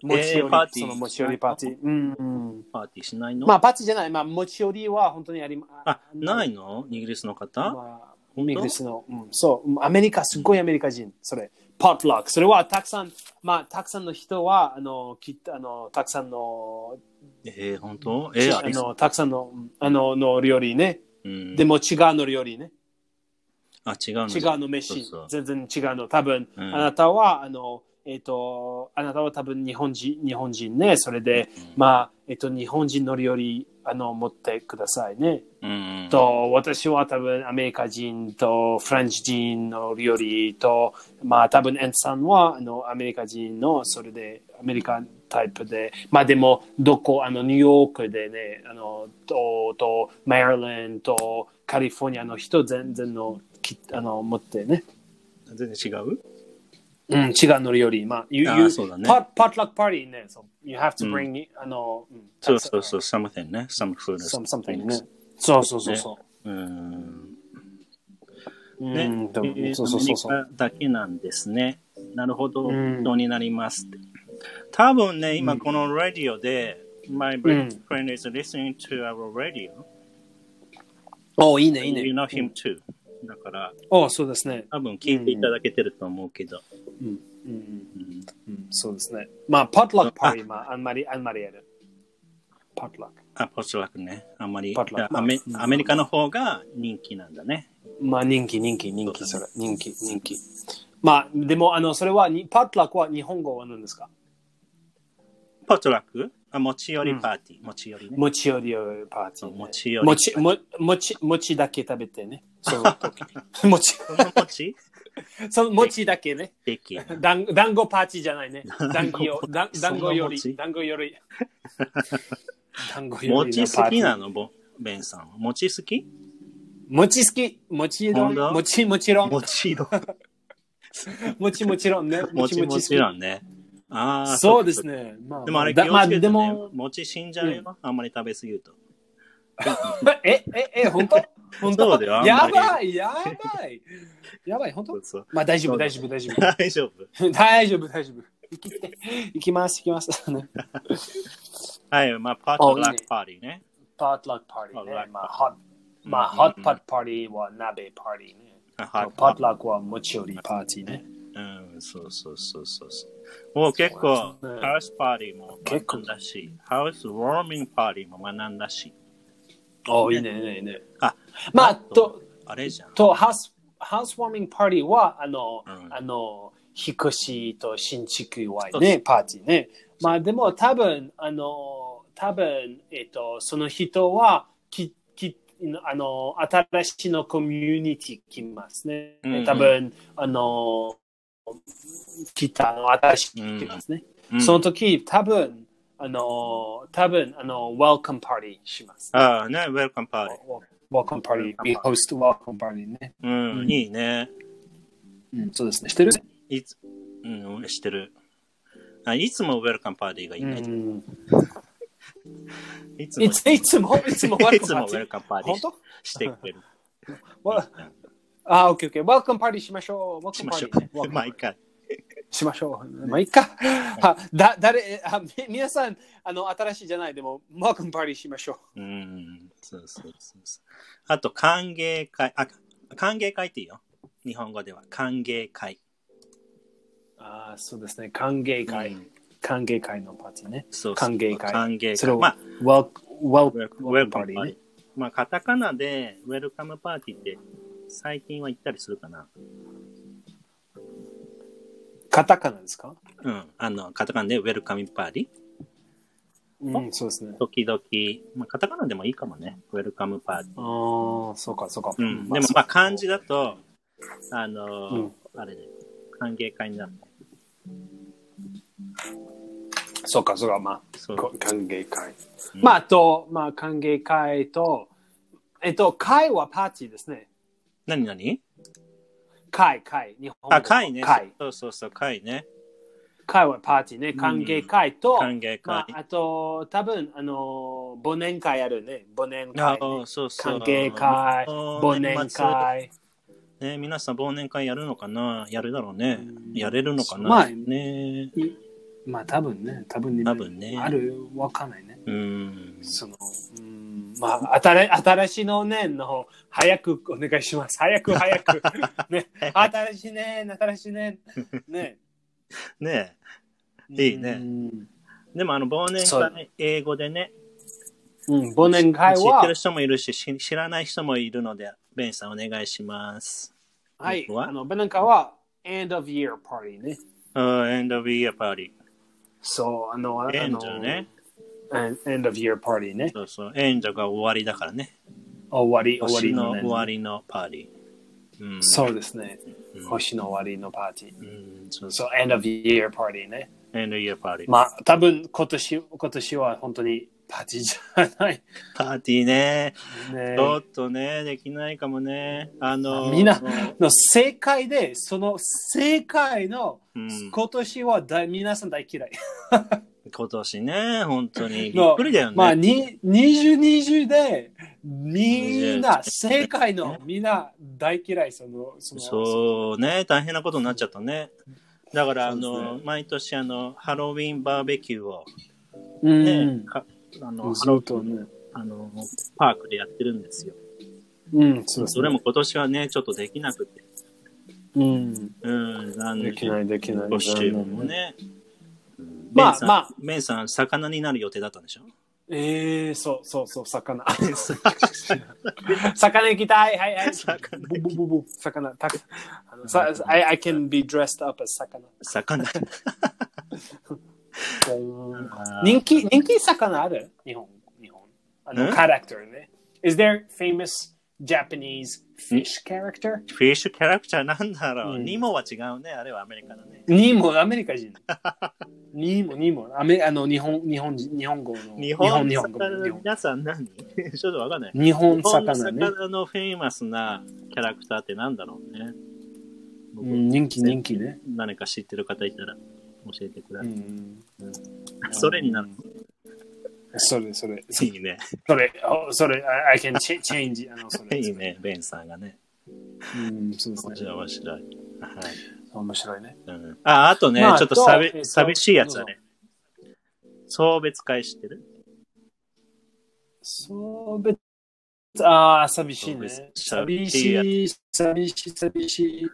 Speaker 1: 持ち寄り、
Speaker 2: パーティ
Speaker 1: そ
Speaker 2: ー
Speaker 1: の持ち寄りパーティー。うん、うん。
Speaker 2: パーティーしないの、
Speaker 1: まあ、パーティーじゃない。まあ、持ち寄りは本当にありま。
Speaker 2: あ、ないいのイギリスの方、
Speaker 1: まあ、
Speaker 2: 本当
Speaker 1: イギリスの、うん、そう、うんアメリカ、すごいアメリカ人、それ、パットラック。それはたくさん、まあ、たくさんの人は、あの、きっと、あの、たくさんの、
Speaker 2: えー、本当えー、あ
Speaker 1: あ
Speaker 2: りそう。
Speaker 1: の、たくさんの、うんあの、の料理ね。
Speaker 2: うん、
Speaker 1: でも違うの料理ね。
Speaker 2: あ、違うの。
Speaker 1: 違うの飯
Speaker 2: そうそう
Speaker 1: 全然違うの多分、
Speaker 2: うん
Speaker 1: あなたはあのえっ、とあなたは多分日本人日本人ねそれで、
Speaker 2: うん
Speaker 1: まあえっ、と日本人の料理あの持ってくださいね、
Speaker 2: うんうん。
Speaker 1: と私は多分アメリカ人とフランス人の料理とまあ多分エンツさんはあのアメリカ人のそれでアメリカンタイプでまあでもどこあのニューヨークでねあのととマリランドとカリフォルニアの人全然のきあの持ってね
Speaker 2: 全然違う
Speaker 1: うん、違うのより、まあ、you,
Speaker 2: あー
Speaker 1: you,
Speaker 2: そうだね
Speaker 1: パパットラックパーティーね、そう you have to bring、あの、うん
Speaker 2: そうそうそう、something ね。some food. or
Speaker 1: some- something
Speaker 2: something
Speaker 1: ね。そうそうそうそう
Speaker 2: ーん。
Speaker 1: う。
Speaker 2: ね、
Speaker 1: うん、でも
Speaker 2: えー
Speaker 1: そうそうそうそう。
Speaker 2: アメリカだけなんですね。なるほど、
Speaker 1: うん
Speaker 2: 人になりますって。多分ね、今このラディオで、my
Speaker 1: うん
Speaker 2: best friend is listening to our radio.
Speaker 1: おいいね、いい
Speaker 2: You
Speaker 1: ね。
Speaker 2: know him too. だから、
Speaker 1: おそうですね。
Speaker 2: 多分聞いていただけてると思うけど。
Speaker 1: うん、うん、
Speaker 2: うん
Speaker 1: うん、そうですね。まあ、パットラックパーティー、まあ、あんまり、あんまりやる。パットラック。
Speaker 2: あ、ポストラックね。あんまり
Speaker 1: ポストラック
Speaker 2: アメ
Speaker 1: う、ん
Speaker 2: アメリカの方が人気なんだね。
Speaker 1: まあ、人気、人気、人気、それ。人気、人気。まあ、でも、あの、それはに、パットラックは日本語は何ですか
Speaker 2: ポストラックあ持ち寄りパーティー。持ち寄りね。
Speaker 1: 持ち寄りパーティー、ね。
Speaker 2: 持ち寄り
Speaker 1: もち、も、もち、餅だけ食べてね。その 時。餅、
Speaker 2: この持ち
Speaker 1: その餅だけね。
Speaker 2: できる。
Speaker 1: だん団子パーティーじゃないね。団子よ、だん
Speaker 2: そんな
Speaker 1: 団子よ
Speaker 2: 餅
Speaker 1: り、団子より。団子より
Speaker 2: 餅好きな
Speaker 1: の
Speaker 2: のぼベンさん。餅好き
Speaker 1: 餅好き、餅
Speaker 2: ほん
Speaker 1: 丼、
Speaker 2: と
Speaker 1: 餅もちろん、
Speaker 2: 餅の。
Speaker 1: 餅もちろんね。
Speaker 2: 餅 もちろんね。ああ、
Speaker 1: そうですね。
Speaker 2: ね。
Speaker 1: まあ、
Speaker 2: でもあれ、気
Speaker 1: だ
Speaker 2: を
Speaker 1: まあ、
Speaker 2: つけ
Speaker 1: で
Speaker 2: てね
Speaker 1: も、。
Speaker 2: 餅死んじゃうよ。あんまり食べ過ぎると。
Speaker 1: え、え、え、本当本当
Speaker 2: そうだよあんま
Speaker 1: や
Speaker 2: り
Speaker 1: ばい、やばい。やばい、本
Speaker 2: そ
Speaker 1: 当
Speaker 2: うそう
Speaker 1: まあ、大丈夫、大丈夫、大丈夫。
Speaker 2: 大丈夫。
Speaker 1: 大丈夫、 大丈夫。行きて行きます、行き ます。
Speaker 2: はい、まあ、パート
Speaker 1: おいい
Speaker 2: ブ
Speaker 1: ね
Speaker 2: ラックパーティーね。
Speaker 1: パートラックパーティー
Speaker 2: Potluck
Speaker 1: ね。まあ、ホット、まあ、
Speaker 2: うん
Speaker 1: ホットパットパーティーは鍋パーティーね。
Speaker 2: あ
Speaker 1: パ
Speaker 2: は
Speaker 1: ートラックは持ち寄りパーティーね。
Speaker 2: うん、そうそうそうそうそう。もう結構、
Speaker 1: そうですね
Speaker 2: ハウスパーティーも
Speaker 1: 結構
Speaker 2: 学んだし、ハウスウォーミングパーティーも学んだし。
Speaker 1: おいいね、いいね、いいね。
Speaker 2: あ、
Speaker 1: まあ、と、、
Speaker 2: あれじゃん。
Speaker 1: と、ハウス、ハウスウォーミングパーティーは、あの、
Speaker 2: うん
Speaker 1: あの、引っ越しと新築祝
Speaker 2: そ
Speaker 1: いう
Speaker 2: そう
Speaker 1: ね、パーティーね。まあ、でも多分、あの、多分、えっと、その人は、き、き、あの、新しいのコミュニティ来ますね。
Speaker 2: うん
Speaker 1: 多分、あの、来たあの、新しい来ますね。
Speaker 2: うん
Speaker 1: その時、多分、あの、多分、あの、welcome party します。
Speaker 2: ああ、ね、ウェルカムパーテ
Speaker 1: welcome party, we host welcome party ね。
Speaker 2: ィー。うん、いいね。
Speaker 1: うん、そうですね。してる
Speaker 2: いつ、うん、してる。あいつもウェルカムパーティーがいいね。
Speaker 1: ん。
Speaker 2: いつも、
Speaker 1: いついつも、 いつも welcome
Speaker 2: いつも
Speaker 1: party
Speaker 2: ウェルカムパーティ
Speaker 1: 本
Speaker 2: ー
Speaker 1: 当
Speaker 2: してくれる。
Speaker 1: わあ、オッケーオッケー。welcome party しましょう。welcome
Speaker 2: しましょ
Speaker 1: party ね。
Speaker 2: う。
Speaker 1: welcome
Speaker 2: 毎回。
Speaker 1: しましょう。まあ、いいか。はだ誰あみ皆さんあの、新しいじゃない、でも、マークンパーティーしましょ
Speaker 2: うん、そうそうそうそう。あと、歓迎会。あ、歓迎会っていいよ。日本語では。歓迎会。
Speaker 1: う。あそうですね。歓迎会、
Speaker 2: うん
Speaker 1: 歓迎会のパーティーね。
Speaker 2: そうそう
Speaker 1: 歓迎会
Speaker 2: 歓迎
Speaker 1: それ
Speaker 2: 会。
Speaker 1: を
Speaker 2: まあ、
Speaker 1: Wel- wel-
Speaker 2: ウェル
Speaker 1: welcome
Speaker 2: カ
Speaker 1: party
Speaker 2: ムパーティ
Speaker 1: ね
Speaker 2: ー。。まあ、カタカナでウェルカムパーティーって最近は言ったりするかな。
Speaker 1: カタカナですか
Speaker 2: うん。あの、カタカナでウェルカムパーティー。
Speaker 1: うん、そうですね。
Speaker 2: 時々、まあ、カタカナでもいいかもね。ウェルカムパーティー。
Speaker 1: ああ、そうか、そうか。
Speaker 2: うん。でも、まあ、漢字だと、あ
Speaker 1: う
Speaker 2: の
Speaker 1: ん、
Speaker 2: あれね、歓迎会になるね。
Speaker 1: そうか、そうか、ま
Speaker 2: そ
Speaker 1: あ、
Speaker 2: う
Speaker 1: こ。歓迎会。
Speaker 2: うん
Speaker 1: まあ、あと、まあ、歓迎会と、えっと、会はパーティーですね。
Speaker 2: 何何
Speaker 1: 会、会。日本語
Speaker 2: あ、会ね。
Speaker 1: 会。
Speaker 2: そうそうそう、会ね。
Speaker 1: 会はパーティーね。歓迎会と、
Speaker 2: 歓迎
Speaker 1: ま
Speaker 2: 会。
Speaker 1: あ、あと、多分あの、忘年会あるね。忘年
Speaker 2: あ
Speaker 1: 会、
Speaker 2: あ、そうそ
Speaker 1: 歓
Speaker 2: う。
Speaker 1: 迎会、忘年。会。
Speaker 2: ね、皆さん忘年会やるのかなやるだろうね
Speaker 1: う。ん
Speaker 2: やれるのかな、
Speaker 1: まあ
Speaker 2: ね。
Speaker 1: まあ、多分ね、多分ね
Speaker 2: 多分ね
Speaker 1: ある、わかんないね。
Speaker 2: うん。
Speaker 1: その、うん、まあ、新新しいの年の、早くお願いします。早く早 く。ね、新しい年、新しい年。ね。
Speaker 2: ねいいね
Speaker 1: うん
Speaker 2: でもあの忘年
Speaker 1: そう
Speaker 2: 会、英語でね、
Speaker 1: うん、忘年会
Speaker 2: 知ってる
Speaker 1: は、
Speaker 2: 人もいるし、し知らない人もいるので、ベンさんお願いします。
Speaker 1: はい、
Speaker 2: は
Speaker 1: あの、忘年会は、end of year party ね。
Speaker 2: うん、end of year party。
Speaker 1: そう、あの、あ
Speaker 2: エン
Speaker 1: の
Speaker 2: ジョね。。
Speaker 1: end of year party ね。
Speaker 2: そうそう。エンジョが終わりだからね。
Speaker 1: 終わり、終わ
Speaker 2: 星
Speaker 1: り
Speaker 2: の
Speaker 1: の、
Speaker 2: 終わりのパーティー。うん。
Speaker 1: そうですね。
Speaker 2: うん
Speaker 1: 星の終わりのパーティー。
Speaker 2: うん。そう
Speaker 1: そ
Speaker 2: そ
Speaker 1: う、end of year party ね。
Speaker 2: う。end of year party。
Speaker 1: まあ、多分今年、今年は本当にパーティーじゃない。
Speaker 2: パーティーね。
Speaker 1: ね
Speaker 2: ちょっとね、できないかもね。あの、
Speaker 1: みんな
Speaker 2: もう
Speaker 1: の正解で、その正解の、
Speaker 2: うん
Speaker 1: 今年は大皆さん大嫌い。
Speaker 2: 今年ね、本当に。び
Speaker 1: の
Speaker 2: っくりだよね。
Speaker 1: まあ、に20、20で、みんな、
Speaker 2: 20
Speaker 1: 正解のみんな大嫌い、その、その、
Speaker 2: そうね、大変なことになっちゃったね。だから、あ
Speaker 1: そうです
Speaker 2: の、毎年、あの、ハロウィンバーベキューを、
Speaker 1: う
Speaker 2: ね
Speaker 1: ん、、
Speaker 2: かあの、ハ
Speaker 1: ず
Speaker 2: ロ
Speaker 1: っとね。
Speaker 2: あの、パークでやってるんですよ。
Speaker 1: うん、そうです
Speaker 2: そ
Speaker 1: ね
Speaker 2: れも今年はね、ちょっとできなくて。
Speaker 1: うん、
Speaker 2: うん、残
Speaker 1: で
Speaker 2: 念。
Speaker 1: きない、できない。
Speaker 2: コスチュームも
Speaker 1: 残念
Speaker 2: ね。うん
Speaker 1: まあ
Speaker 2: ベンさん
Speaker 1: まあ
Speaker 2: ベンさん、魚になる予定だったんでしょ
Speaker 1: ええー、そうそうそう、 魚。魚行きたい、はいはい。
Speaker 2: 魚
Speaker 1: ブブブブ魚。たくあのさ I, I can be dressed up as 魚。
Speaker 2: 魚。
Speaker 1: 人気、人気魚ある日本。日本。あの、
Speaker 2: ん
Speaker 1: character ね。Is there famous Japanese fish character?
Speaker 2: フィッシュキャラクターなんだろう。
Speaker 1: うん
Speaker 2: ニモは違うね。あれはアメリカだね。
Speaker 1: ニーモ、アメリカ 人。ニーモ、ニーモ。アメあの、日本、日本人、日本語の。
Speaker 2: 日本
Speaker 1: 日
Speaker 2: の
Speaker 1: 本語
Speaker 2: 魚
Speaker 1: の。
Speaker 2: の
Speaker 1: 日本
Speaker 2: 皆さん何 ちょっとわかんない。
Speaker 1: 日本
Speaker 2: 日本の
Speaker 1: 魚ね。
Speaker 2: 魚のフェイマスなキャラクターってなんだろうね。
Speaker 1: うん、人気、人気ね。
Speaker 2: 何か知ってる方いたら教えてくだ
Speaker 1: う
Speaker 2: さい。
Speaker 1: ん、
Speaker 2: それになる。
Speaker 1: それそれそ
Speaker 2: いいね。
Speaker 1: それおそれ I, I can ch- change あのそれ
Speaker 2: いいね。ベンさんがね。
Speaker 1: うんそうです
Speaker 2: 面
Speaker 1: ね
Speaker 2: 白い、面白い。はい。
Speaker 1: 面白いね
Speaker 2: うん、あ、あとね、
Speaker 1: まあ
Speaker 2: ちょっと寂
Speaker 1: とえっと
Speaker 2: 寂しいやつだね。送別会してる
Speaker 1: そう別ああ寂しいね
Speaker 2: そう
Speaker 1: 寂
Speaker 2: 別
Speaker 1: しい寂しい寂しい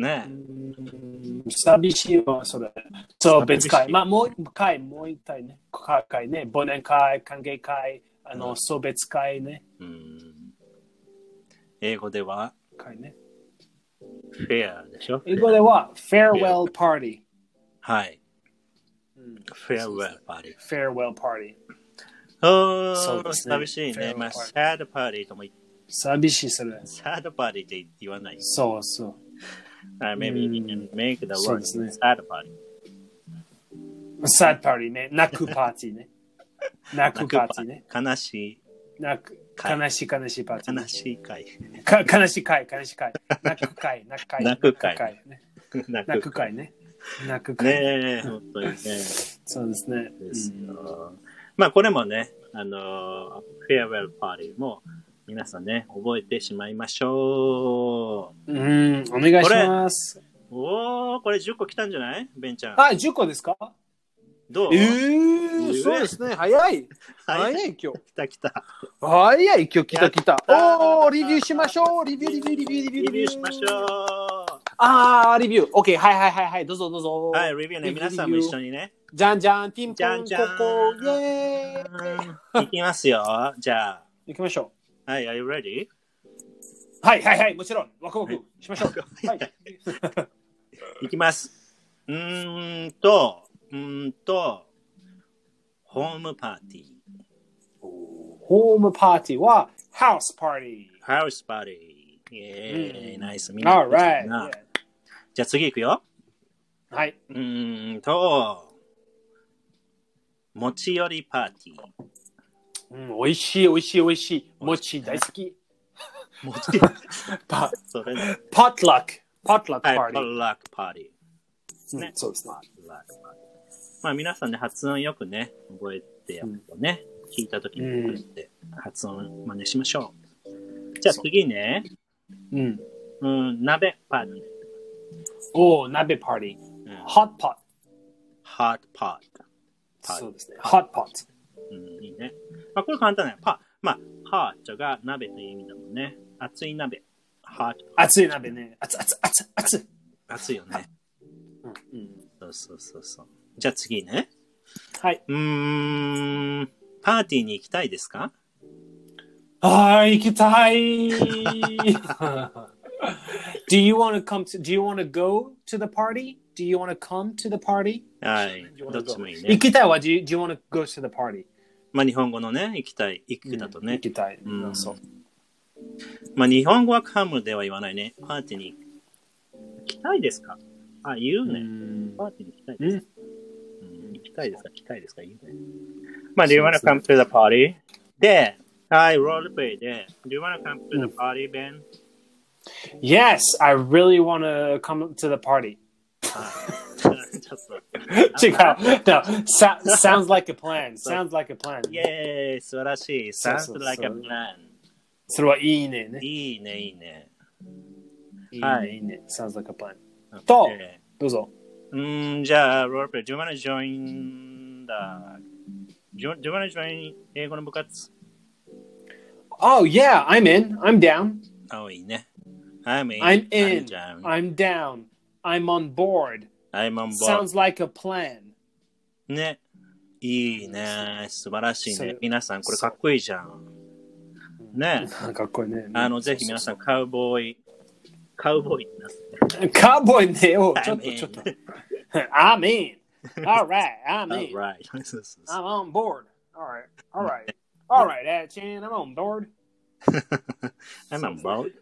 Speaker 2: ね
Speaker 1: うん寂しいわそれそう
Speaker 2: 寂しい
Speaker 1: 別会まあもう一回もう一回ね会ね忘年会歓迎会あ
Speaker 2: う
Speaker 1: の
Speaker 2: ん
Speaker 1: 送別会ね
Speaker 2: うん。英語では、
Speaker 1: 会ね
Speaker 2: フェアでしょ
Speaker 1: 英語では farewell party
Speaker 2: はい。
Speaker 1: うん
Speaker 2: フェアウェルパーティー。
Speaker 1: farewell party
Speaker 2: お
Speaker 1: そう
Speaker 2: ー、
Speaker 1: ですね
Speaker 2: 寂しいね。まあ、
Speaker 1: フェア
Speaker 2: サードパーティーとも言っ、
Speaker 1: 寂しいそれ
Speaker 2: サードパーティーって言わない。
Speaker 1: そうそう
Speaker 2: あ maybe you
Speaker 1: うん
Speaker 2: can make the
Speaker 1: そう
Speaker 2: word
Speaker 1: ですね
Speaker 2: sad
Speaker 1: sad
Speaker 2: party.
Speaker 1: party ね。泣くパーティーね。泣くパーティーね。
Speaker 2: 悲しい、
Speaker 1: 泣く、
Speaker 2: 会
Speaker 1: 悲しい悲しいパーティーね。
Speaker 2: 悲しい会。
Speaker 1: か悲しい会、悲しい会。泣く会、泣く会。
Speaker 2: 泣く会
Speaker 1: ね
Speaker 2: 泣
Speaker 1: 泣く会ね。泣く会。
Speaker 2: ねえ、本当にね。
Speaker 1: そうですね。
Speaker 2: ですよ。まあ、これもね、あの、フェアウェルパーティーも、皆さんね、覚えてしまいましょ
Speaker 1: う
Speaker 2: う。
Speaker 1: ん、お願いします。
Speaker 2: おー、これ10個来たんじゃないベンちゃん。
Speaker 1: あ、10個ですか
Speaker 2: どう
Speaker 5: えー、そうですね。早い。
Speaker 2: は
Speaker 5: 早
Speaker 2: い、
Speaker 5: い今日。
Speaker 2: 来た来た。
Speaker 5: 早い今日来た来た。
Speaker 2: た
Speaker 5: おー、リビューしましょう。リビュー、リビュー、リビュー、リビュ
Speaker 2: レ
Speaker 5: ー。
Speaker 2: ビューしまし
Speaker 5: う。
Speaker 2: ょ
Speaker 5: あー、リビュー。オッケー、はいはいはいはい。どうぞどうぞ。
Speaker 2: う。はい、レビューね、
Speaker 5: レビュー
Speaker 2: 皆さんも一緒にね。
Speaker 5: じゃんじゃん、ピンポン、
Speaker 2: じゃんじゃん
Speaker 5: ここ、イェーイ。
Speaker 2: いきますよ。じゃあ。
Speaker 5: 行きましょ
Speaker 2: はい、are you
Speaker 1: う。
Speaker 2: ready?
Speaker 1: はいはいはい、もちろん。ワクワクしましょう。はい。
Speaker 2: いきます。うーんと、うーんと、ホームパーティー、
Speaker 1: ホームパーティーは、ハウスパーティー。
Speaker 2: ハウスパーティー。イェーイ、
Speaker 1: うん
Speaker 2: ナイス。みんな
Speaker 1: All
Speaker 2: できて
Speaker 1: right.
Speaker 2: るな。じゃあ次いくよ。
Speaker 1: はい。
Speaker 2: うーんと、持ち寄りパーティー。
Speaker 1: うん、美味しい、美味しい、美味しい。餅大好き。
Speaker 2: 持ち寄り
Speaker 1: パ
Speaker 2: それね。
Speaker 1: パットラック。パットラックパ
Speaker 2: は
Speaker 1: ー
Speaker 2: い、パ
Speaker 1: ティー。
Speaker 2: ッラックパーティー。
Speaker 1: うんそうですね。
Speaker 2: まあ皆さんね、発音よくね、覚えてやるとね、聞いたときに覚えて、発音真似しましょう。じゃあ次ね、
Speaker 1: うん。
Speaker 2: うん、鍋パーティー、
Speaker 1: おー、鍋パーティー。
Speaker 2: うん、
Speaker 1: ホットポット。
Speaker 2: ハートパーテパーティー
Speaker 1: そうですね。ホットポット。
Speaker 2: ィー。うん、いいね。まあこれ簡単だよ。パー、まあ、ハートが鍋という意味だもんね。熱い鍋。ハート。
Speaker 1: 熱い鍋ね。熱い、熱い、熱い、熱い。
Speaker 2: 熱いよね。
Speaker 1: うんうん
Speaker 2: そうそうそうそう。じゃあ次ね。
Speaker 1: はい。
Speaker 2: うーん、パーティーに行きたいですか
Speaker 1: あー、行きたい。Do you want to come to, do you want to go to the party? Do you want to come to the party?
Speaker 2: はい。どっちもいいね
Speaker 1: 行。きたいは、do you, do you want to go to the party?
Speaker 2: まあ日本語のね、行きたい、行くだとね
Speaker 1: 行、きたい。
Speaker 2: うん
Speaker 1: そう。
Speaker 2: まあ、日本語はカムでは言わないね。パーティーに行きたいですかあ、言うね。パーティーに行きたいですか、うん行きたいですか行きたいですか言うね。まあ、Do you wanna come to the party? で、はい、ロールプレイで、Do you wanna come to the party, Ben?
Speaker 1: Yes, I really want to come to the party.
Speaker 2: はいちょっと。
Speaker 1: 違う。No, so, sounds like a plan. Sounds like a plan.
Speaker 2: イェーイ、素晴らしい。
Speaker 1: そうそうそう
Speaker 2: Sounds like a plan.
Speaker 1: それはいいね。ね
Speaker 2: いいね、いいね。
Speaker 1: いい
Speaker 2: はい
Speaker 1: ね。いいね。Sounds like a plan. と
Speaker 2: OK
Speaker 1: どうぞ。
Speaker 2: うーん、じゃあ、ロールプレイ。Do you wanna join the... Do you do you wanna join 英語の部活
Speaker 1: Oh, yeah, I'm in. I'm down.
Speaker 2: あ、いいね。I'm in.
Speaker 1: I'm in.
Speaker 2: I'm, down.
Speaker 1: I'm down. I'm on board.
Speaker 2: I'm on board.
Speaker 1: Sounds like a plan.
Speaker 2: ね。いいね。素晴らしい
Speaker 1: そ
Speaker 2: ね
Speaker 1: う。
Speaker 2: 皆さん、これかっこいいじゃん。ね。
Speaker 1: かっこいいね。
Speaker 2: あの、ぜ ひ皆さん、カウボーイ、カウボーイになって。
Speaker 1: ん。カーボーイね。おうちょっ
Speaker 2: I'm
Speaker 1: と
Speaker 2: in.
Speaker 1: ちょっと。I'm in. All right, I'm in.
Speaker 2: Alright. そうそうそう
Speaker 1: I'm on board. All right, all right. All right, Achin, I'm on board.
Speaker 2: I'm on board.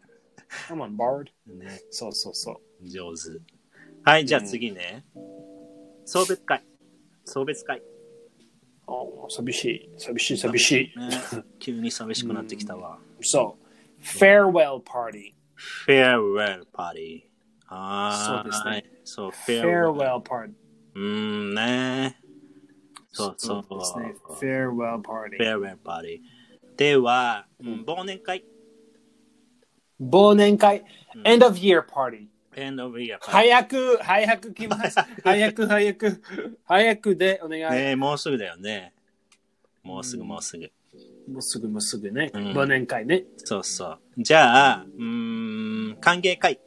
Speaker 1: I'm on board.
Speaker 2: ね。
Speaker 1: そうそうそう。
Speaker 2: 上手。はい、じゃあ次ね。送別会。送別会。
Speaker 1: お寂しい、寂しい、寂しい。
Speaker 2: ね急に寂しくなってきたわ。
Speaker 1: そう。Farewell Party。
Speaker 2: farewell party.
Speaker 1: そ
Speaker 2: はーい。
Speaker 1: うです
Speaker 2: ね。そう、
Speaker 1: Farewell
Speaker 2: farewell。
Speaker 1: Party。
Speaker 2: うーんね。そうそう。
Speaker 1: ですね。Farewell Party。
Speaker 2: farewell party。では、うん忘年会。
Speaker 1: 忘年会。End of Year Party。
Speaker 2: end of year party。
Speaker 1: 早く、早く来ます。早く、早く、早くでお願い。
Speaker 2: ねえもうすぐだよね。もうすぐもうすぐ。
Speaker 1: もうすぐ、もうすぐね。
Speaker 2: うん
Speaker 1: 忘年会ね。
Speaker 2: そうそう。じゃあ、うーん、歓迎会。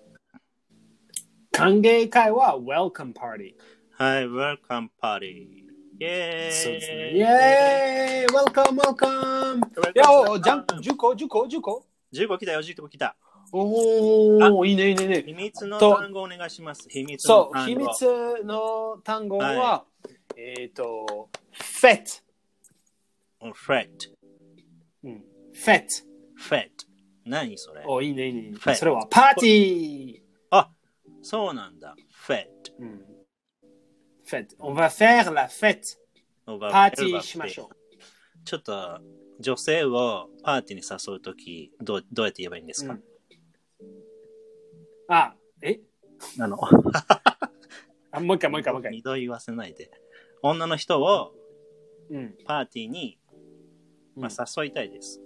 Speaker 1: 歓迎会は Welcome Party。
Speaker 2: はい、welcome party。イェーイ。
Speaker 1: そうですね。イェーイ !Welcome, welcome! いや、お、ジャンプ、10個、10個、10個。
Speaker 2: 15来たよ、15来た。
Speaker 1: Oh, おー、いいね、いいね、いいね。
Speaker 2: 秘密の
Speaker 1: と
Speaker 2: 単語お願いします。秘密の
Speaker 1: そう、
Speaker 2: 単
Speaker 1: 秘
Speaker 2: 語。
Speaker 1: 密の単語は、
Speaker 2: は
Speaker 1: えっ、と、フェッ
Speaker 2: fret。
Speaker 1: ト。フェッ
Speaker 2: fret。何それ
Speaker 1: ト。お、いいね、いいね。
Speaker 2: Fête
Speaker 1: それはパーティー。
Speaker 2: あ、そうなんだ。fed。
Speaker 1: うん、 fête. Hmm. On va faire la fête.
Speaker 2: おば
Speaker 1: パ
Speaker 2: ば
Speaker 1: ーティーしましょ
Speaker 2: ちょっと、女性をパーティーに誘うとき、どうどうやって言えばいいんですか、
Speaker 1: うう。あ、え
Speaker 2: あの、
Speaker 1: あもう一回もう一回もう一回。
Speaker 2: 二度言わせないで。女の人を
Speaker 1: うん。
Speaker 2: パーティーに、まあ、誘いたいです。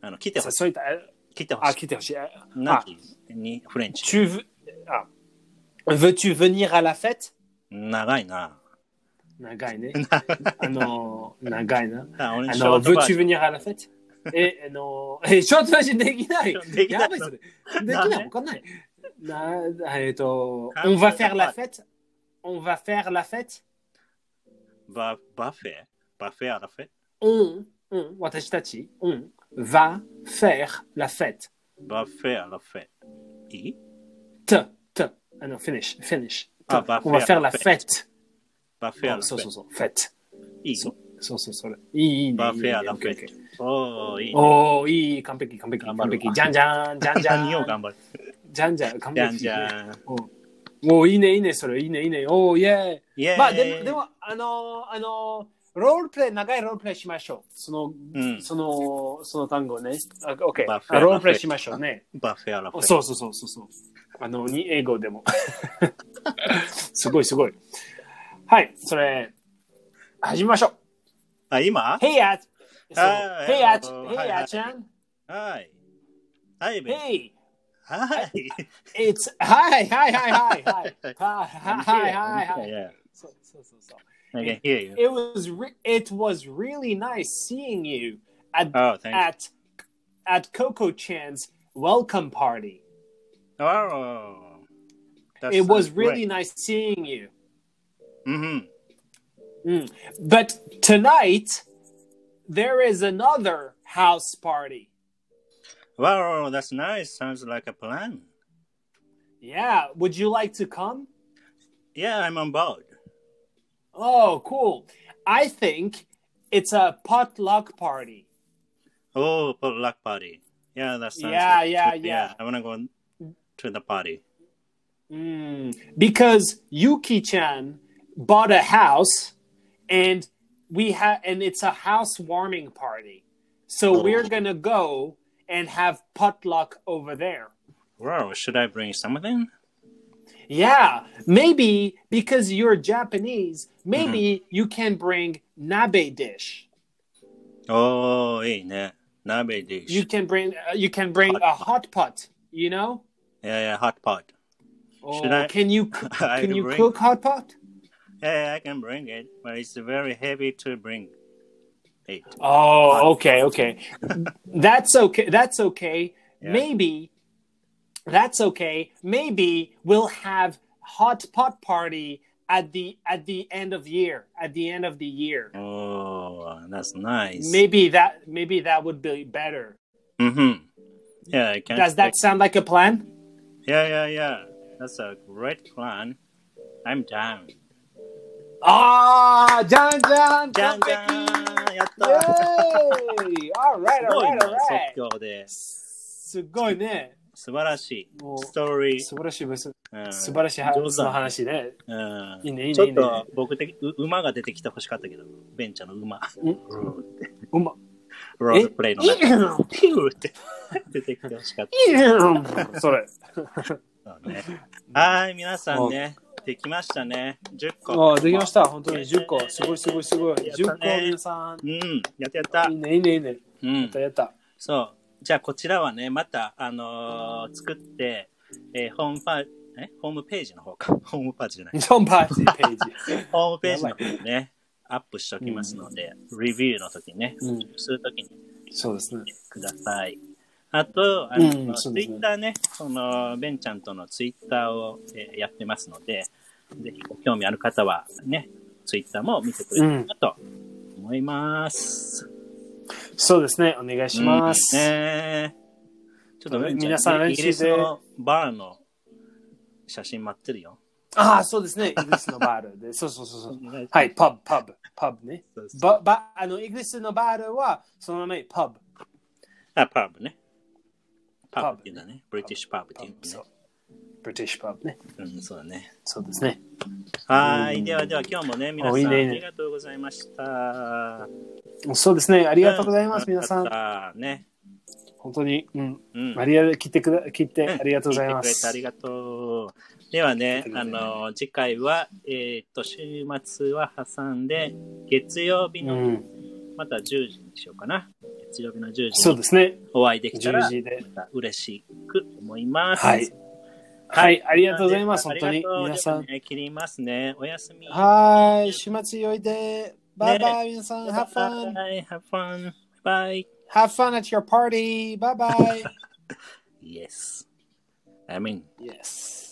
Speaker 2: あの、来てほしい。
Speaker 1: 誘いたい。
Speaker 2: 来てほ
Speaker 1: あ、
Speaker 2: し
Speaker 1: 来てほしい。
Speaker 2: い。なんて言うに、フレンチ。
Speaker 1: Tu veux... Ah. Veux-tu venir à la fête
Speaker 2: 長いな。
Speaker 1: 長いね。あの、長いな。
Speaker 2: あ俺
Speaker 1: あ
Speaker 2: ショ
Speaker 1: の、
Speaker 2: ートバージ
Speaker 1: Ah veux-tu venir à la fête Eh, え、あ の、え、ショートバージョンできない。
Speaker 2: できない
Speaker 1: やばいそれ。できない、わかんない。な、えっと、
Speaker 2: あ
Speaker 1: eh, Ah, on va faire la fête On va faire la fête
Speaker 2: ョンババフェバフェアラフェ
Speaker 1: On, on, 私たち、on va faire la fête.
Speaker 2: バフェアラフェいい
Speaker 1: T, t. Ah non, finish, finish. T.
Speaker 2: Ah, va
Speaker 1: on va
Speaker 2: faire
Speaker 1: faire la
Speaker 2: la
Speaker 1: fête.
Speaker 2: バフェアラ
Speaker 1: Oh,
Speaker 2: フ
Speaker 1: so, so,
Speaker 2: ェ
Speaker 1: so, fête.
Speaker 2: いい
Speaker 1: so- そうそうそう。いい、いいね。
Speaker 2: バフェ
Speaker 1: いい
Speaker 2: ア
Speaker 1: ね
Speaker 2: ラフェ
Speaker 1: OK Oh, OK
Speaker 2: おおいい。
Speaker 1: おー、いい、完璧、完璧、
Speaker 2: 頑
Speaker 1: 完
Speaker 2: 張るわ
Speaker 1: 璧。じゃんじゃ ん、じゃんじゃん。
Speaker 2: 何を頑張る
Speaker 1: じゃんじゃん、完
Speaker 2: じゃん
Speaker 1: 璧。
Speaker 2: じゃん。
Speaker 1: おー、いいね、いいね、それ、いいね、いいね。おー、イェ
Speaker 2: イ
Speaker 1: ー
Speaker 2: ェーイ
Speaker 1: イ。 まあ、でも、でも、あのー、あのー、ロールプレイ、長いロールプレイしましょう。その、
Speaker 2: うん
Speaker 1: その、その単語ね。あ、オッケー。
Speaker 2: バ
Speaker 1: あ
Speaker 2: フェ
Speaker 1: ロールプレイしましょうね。
Speaker 2: バフェアラフェ。
Speaker 1: そうそうそうそうそう。あの、に英語でも。 すごいすごい。はい、それ、始めましょ
Speaker 2: あ、今
Speaker 1: う。ヘイヤーそう
Speaker 2: あー
Speaker 1: ヘイヤー
Speaker 2: あのー
Speaker 1: ヘイヤーちゃん
Speaker 2: はい。はい、ベン。
Speaker 1: ヘイ
Speaker 2: はい。
Speaker 1: It's はいはい はいはいはいはいはいはいはい。
Speaker 2: Yeah.
Speaker 1: そうそうそうそう。
Speaker 2: I can hear you.
Speaker 1: It was re- it was really nice seeing you at
Speaker 2: Oh, thank you.
Speaker 1: at at Coco Chan's welcome party.
Speaker 2: Oh. that
Speaker 1: Ah. It was
Speaker 2: sounds
Speaker 1: really
Speaker 2: great.
Speaker 1: nice seeing you.
Speaker 2: Mhm.
Speaker 1: Mm. But tonight there is another house party.
Speaker 2: Wow, that's nice. Sounds like a plan.
Speaker 1: Yeah, would you like to come?
Speaker 2: Yeah, I'm on board.
Speaker 1: Oh, cool. I think it's a potluck party.
Speaker 2: Oh, potluck party. Yeah, that sounds.
Speaker 1: Yeah,
Speaker 2: good.
Speaker 1: yeah, yeah.
Speaker 2: I wanna go to the party.
Speaker 1: Mm, because Yuki Chan bought a house and we have and it's a housewarming party. So
Speaker 2: Oh.
Speaker 1: we're gonna go and have potluck over there.
Speaker 2: Wow, should I bring something?
Speaker 1: Yeah, maybe because you're Japanese, maybe
Speaker 2: Mm-hmm.
Speaker 1: you can bring nabe dish.
Speaker 2: Oh, hey, ne, nabe dish.
Speaker 1: You can bring uh, you can bring
Speaker 2: Hot
Speaker 1: a
Speaker 2: pot.
Speaker 1: hot pot, you know?
Speaker 2: Yeah, yeah, hot pot.
Speaker 1: Or
Speaker 2: Should I-
Speaker 1: can you c-
Speaker 2: I
Speaker 1: can you
Speaker 2: bring-
Speaker 1: cook hot pot?
Speaker 2: Yeah, I can bring it, but it's very heavy to bring. It.
Speaker 1: Oh, okay, okay. that's okay. That's okay.
Speaker 2: Yeah.
Speaker 1: Maybe that's okay. Maybe we'll have hot pot party at the at the end of year. At the end of the year.
Speaker 2: Oh, that's nice.
Speaker 1: Maybe that maybe that would be better.
Speaker 2: Mm-hmm. Yeah, I can.
Speaker 1: Does that sound like a plan?
Speaker 2: Yeah, yeah, yeah. That's a great plan. I'm down.
Speaker 1: Ah, John John
Speaker 2: じゃんじゃん
Speaker 1: John
Speaker 2: やった
Speaker 1: Yay! All right,
Speaker 2: す
Speaker 1: all
Speaker 2: ごい
Speaker 1: right,
Speaker 2: な
Speaker 1: all right.
Speaker 2: 即興で。
Speaker 1: すごいね。
Speaker 2: 素晴らしい。
Speaker 1: もう
Speaker 2: ストーリー。
Speaker 1: 素晴らしい素
Speaker 2: うん
Speaker 1: 晴らしい
Speaker 2: 上手
Speaker 1: その
Speaker 2: だ
Speaker 1: 話ね。
Speaker 2: うん
Speaker 1: いいねいいね
Speaker 2: ちょっ
Speaker 1: いいね
Speaker 2: と僕的う馬が出てきてほしかったけど、ベンチャーの馬。
Speaker 1: Mm. うま
Speaker 2: ロ
Speaker 1: Eh?
Speaker 2: ールプレイ の中ピュー って出てきてほしかっ
Speaker 1: それ。
Speaker 2: たね。 はい、皆さんね、できましたね。10
Speaker 1: あ
Speaker 2: 個。
Speaker 1: あ、できました。本当に10個
Speaker 2: やっ。たね
Speaker 1: すごいすごいすごい。
Speaker 2: やったね
Speaker 1: 10個、皆さ
Speaker 2: うん、やったや
Speaker 1: ん。
Speaker 2: った
Speaker 1: いい。ね、いいね、いいね。
Speaker 2: う
Speaker 1: や
Speaker 2: ん
Speaker 1: っ。た、やった。
Speaker 2: そう。じゃあ、こちらはね、また、あのー作って、えーホームパえホームページの方か。 ホームパージじゃ ない。
Speaker 1: ジョンパーティーページ。
Speaker 2: ホームページの方にね、アップしておきますので、レビューの時ね、
Speaker 1: うん、
Speaker 2: する時に
Speaker 1: そうですね。
Speaker 2: ください。あと、あ
Speaker 1: う
Speaker 2: の、
Speaker 1: んそ
Speaker 2: ツ
Speaker 1: う
Speaker 2: イ
Speaker 1: ですね
Speaker 2: ッターね、その、ベンちゃんとのツイッターを、えーやってますので、ぜひご興味ある方はね、ツイッターも見てくれたらなと思います。
Speaker 1: そうですね。お願いします。
Speaker 2: ねちょっとベンちゃ
Speaker 1: 皆さん
Speaker 2: イギリスのバーの写真待ってるよ。
Speaker 1: ああ、そうですね。イギリスのバールで。 そうそうそうそう。はい、パブ、パブ、パブね。
Speaker 2: そうそう
Speaker 1: ば、ば、あの、イギリスのバールは、その名前、パブ。
Speaker 2: あ、パブね。パ
Speaker 1: パ
Speaker 2: ブ
Speaker 1: ブ
Speaker 2: っていうんだね。ブリティッシュパブって
Speaker 1: パ
Speaker 2: い
Speaker 1: ブ
Speaker 2: うのね
Speaker 1: そう。 British pub ね。
Speaker 2: うん、そうだね。
Speaker 1: そうですね。
Speaker 2: はーい。ではでは、今日もね、皆さ
Speaker 1: おいい
Speaker 2: ん、あ
Speaker 1: ねいいね
Speaker 2: りがとうございました。あ
Speaker 1: そうですね。ありがとうございます、皆さん。
Speaker 2: ん。ね。
Speaker 1: 本当に、うん。
Speaker 2: うん。
Speaker 1: マリアで来てくだ、来て
Speaker 2: うん
Speaker 1: ありがとうございま
Speaker 2: 聞てくれてあ
Speaker 1: す
Speaker 2: り。がとう。ではね、あの、次回は、えーっと、週末は挟んで、月曜日
Speaker 1: う
Speaker 2: の、
Speaker 1: ん。
Speaker 2: また10時にしようかな。月曜日の10時
Speaker 1: そう
Speaker 2: に
Speaker 1: ですね。
Speaker 2: お会いできた
Speaker 1: 10
Speaker 2: ら、
Speaker 1: 時で。
Speaker 2: また嬉しく思います。
Speaker 1: はい。はい、ありがとうございます、
Speaker 2: あ
Speaker 1: 本
Speaker 2: り
Speaker 1: 当
Speaker 2: がとう
Speaker 1: に。皆さ
Speaker 2: じ
Speaker 1: ん。
Speaker 2: ゃあね切りますね。おやすみ。
Speaker 1: はい、週末良いで。バイバイ、皆さん。Have fun.
Speaker 2: バイ。Have fun. Bye.
Speaker 1: Have fun at your party. Bye bye.
Speaker 2: Yes. I mean.
Speaker 1: yes.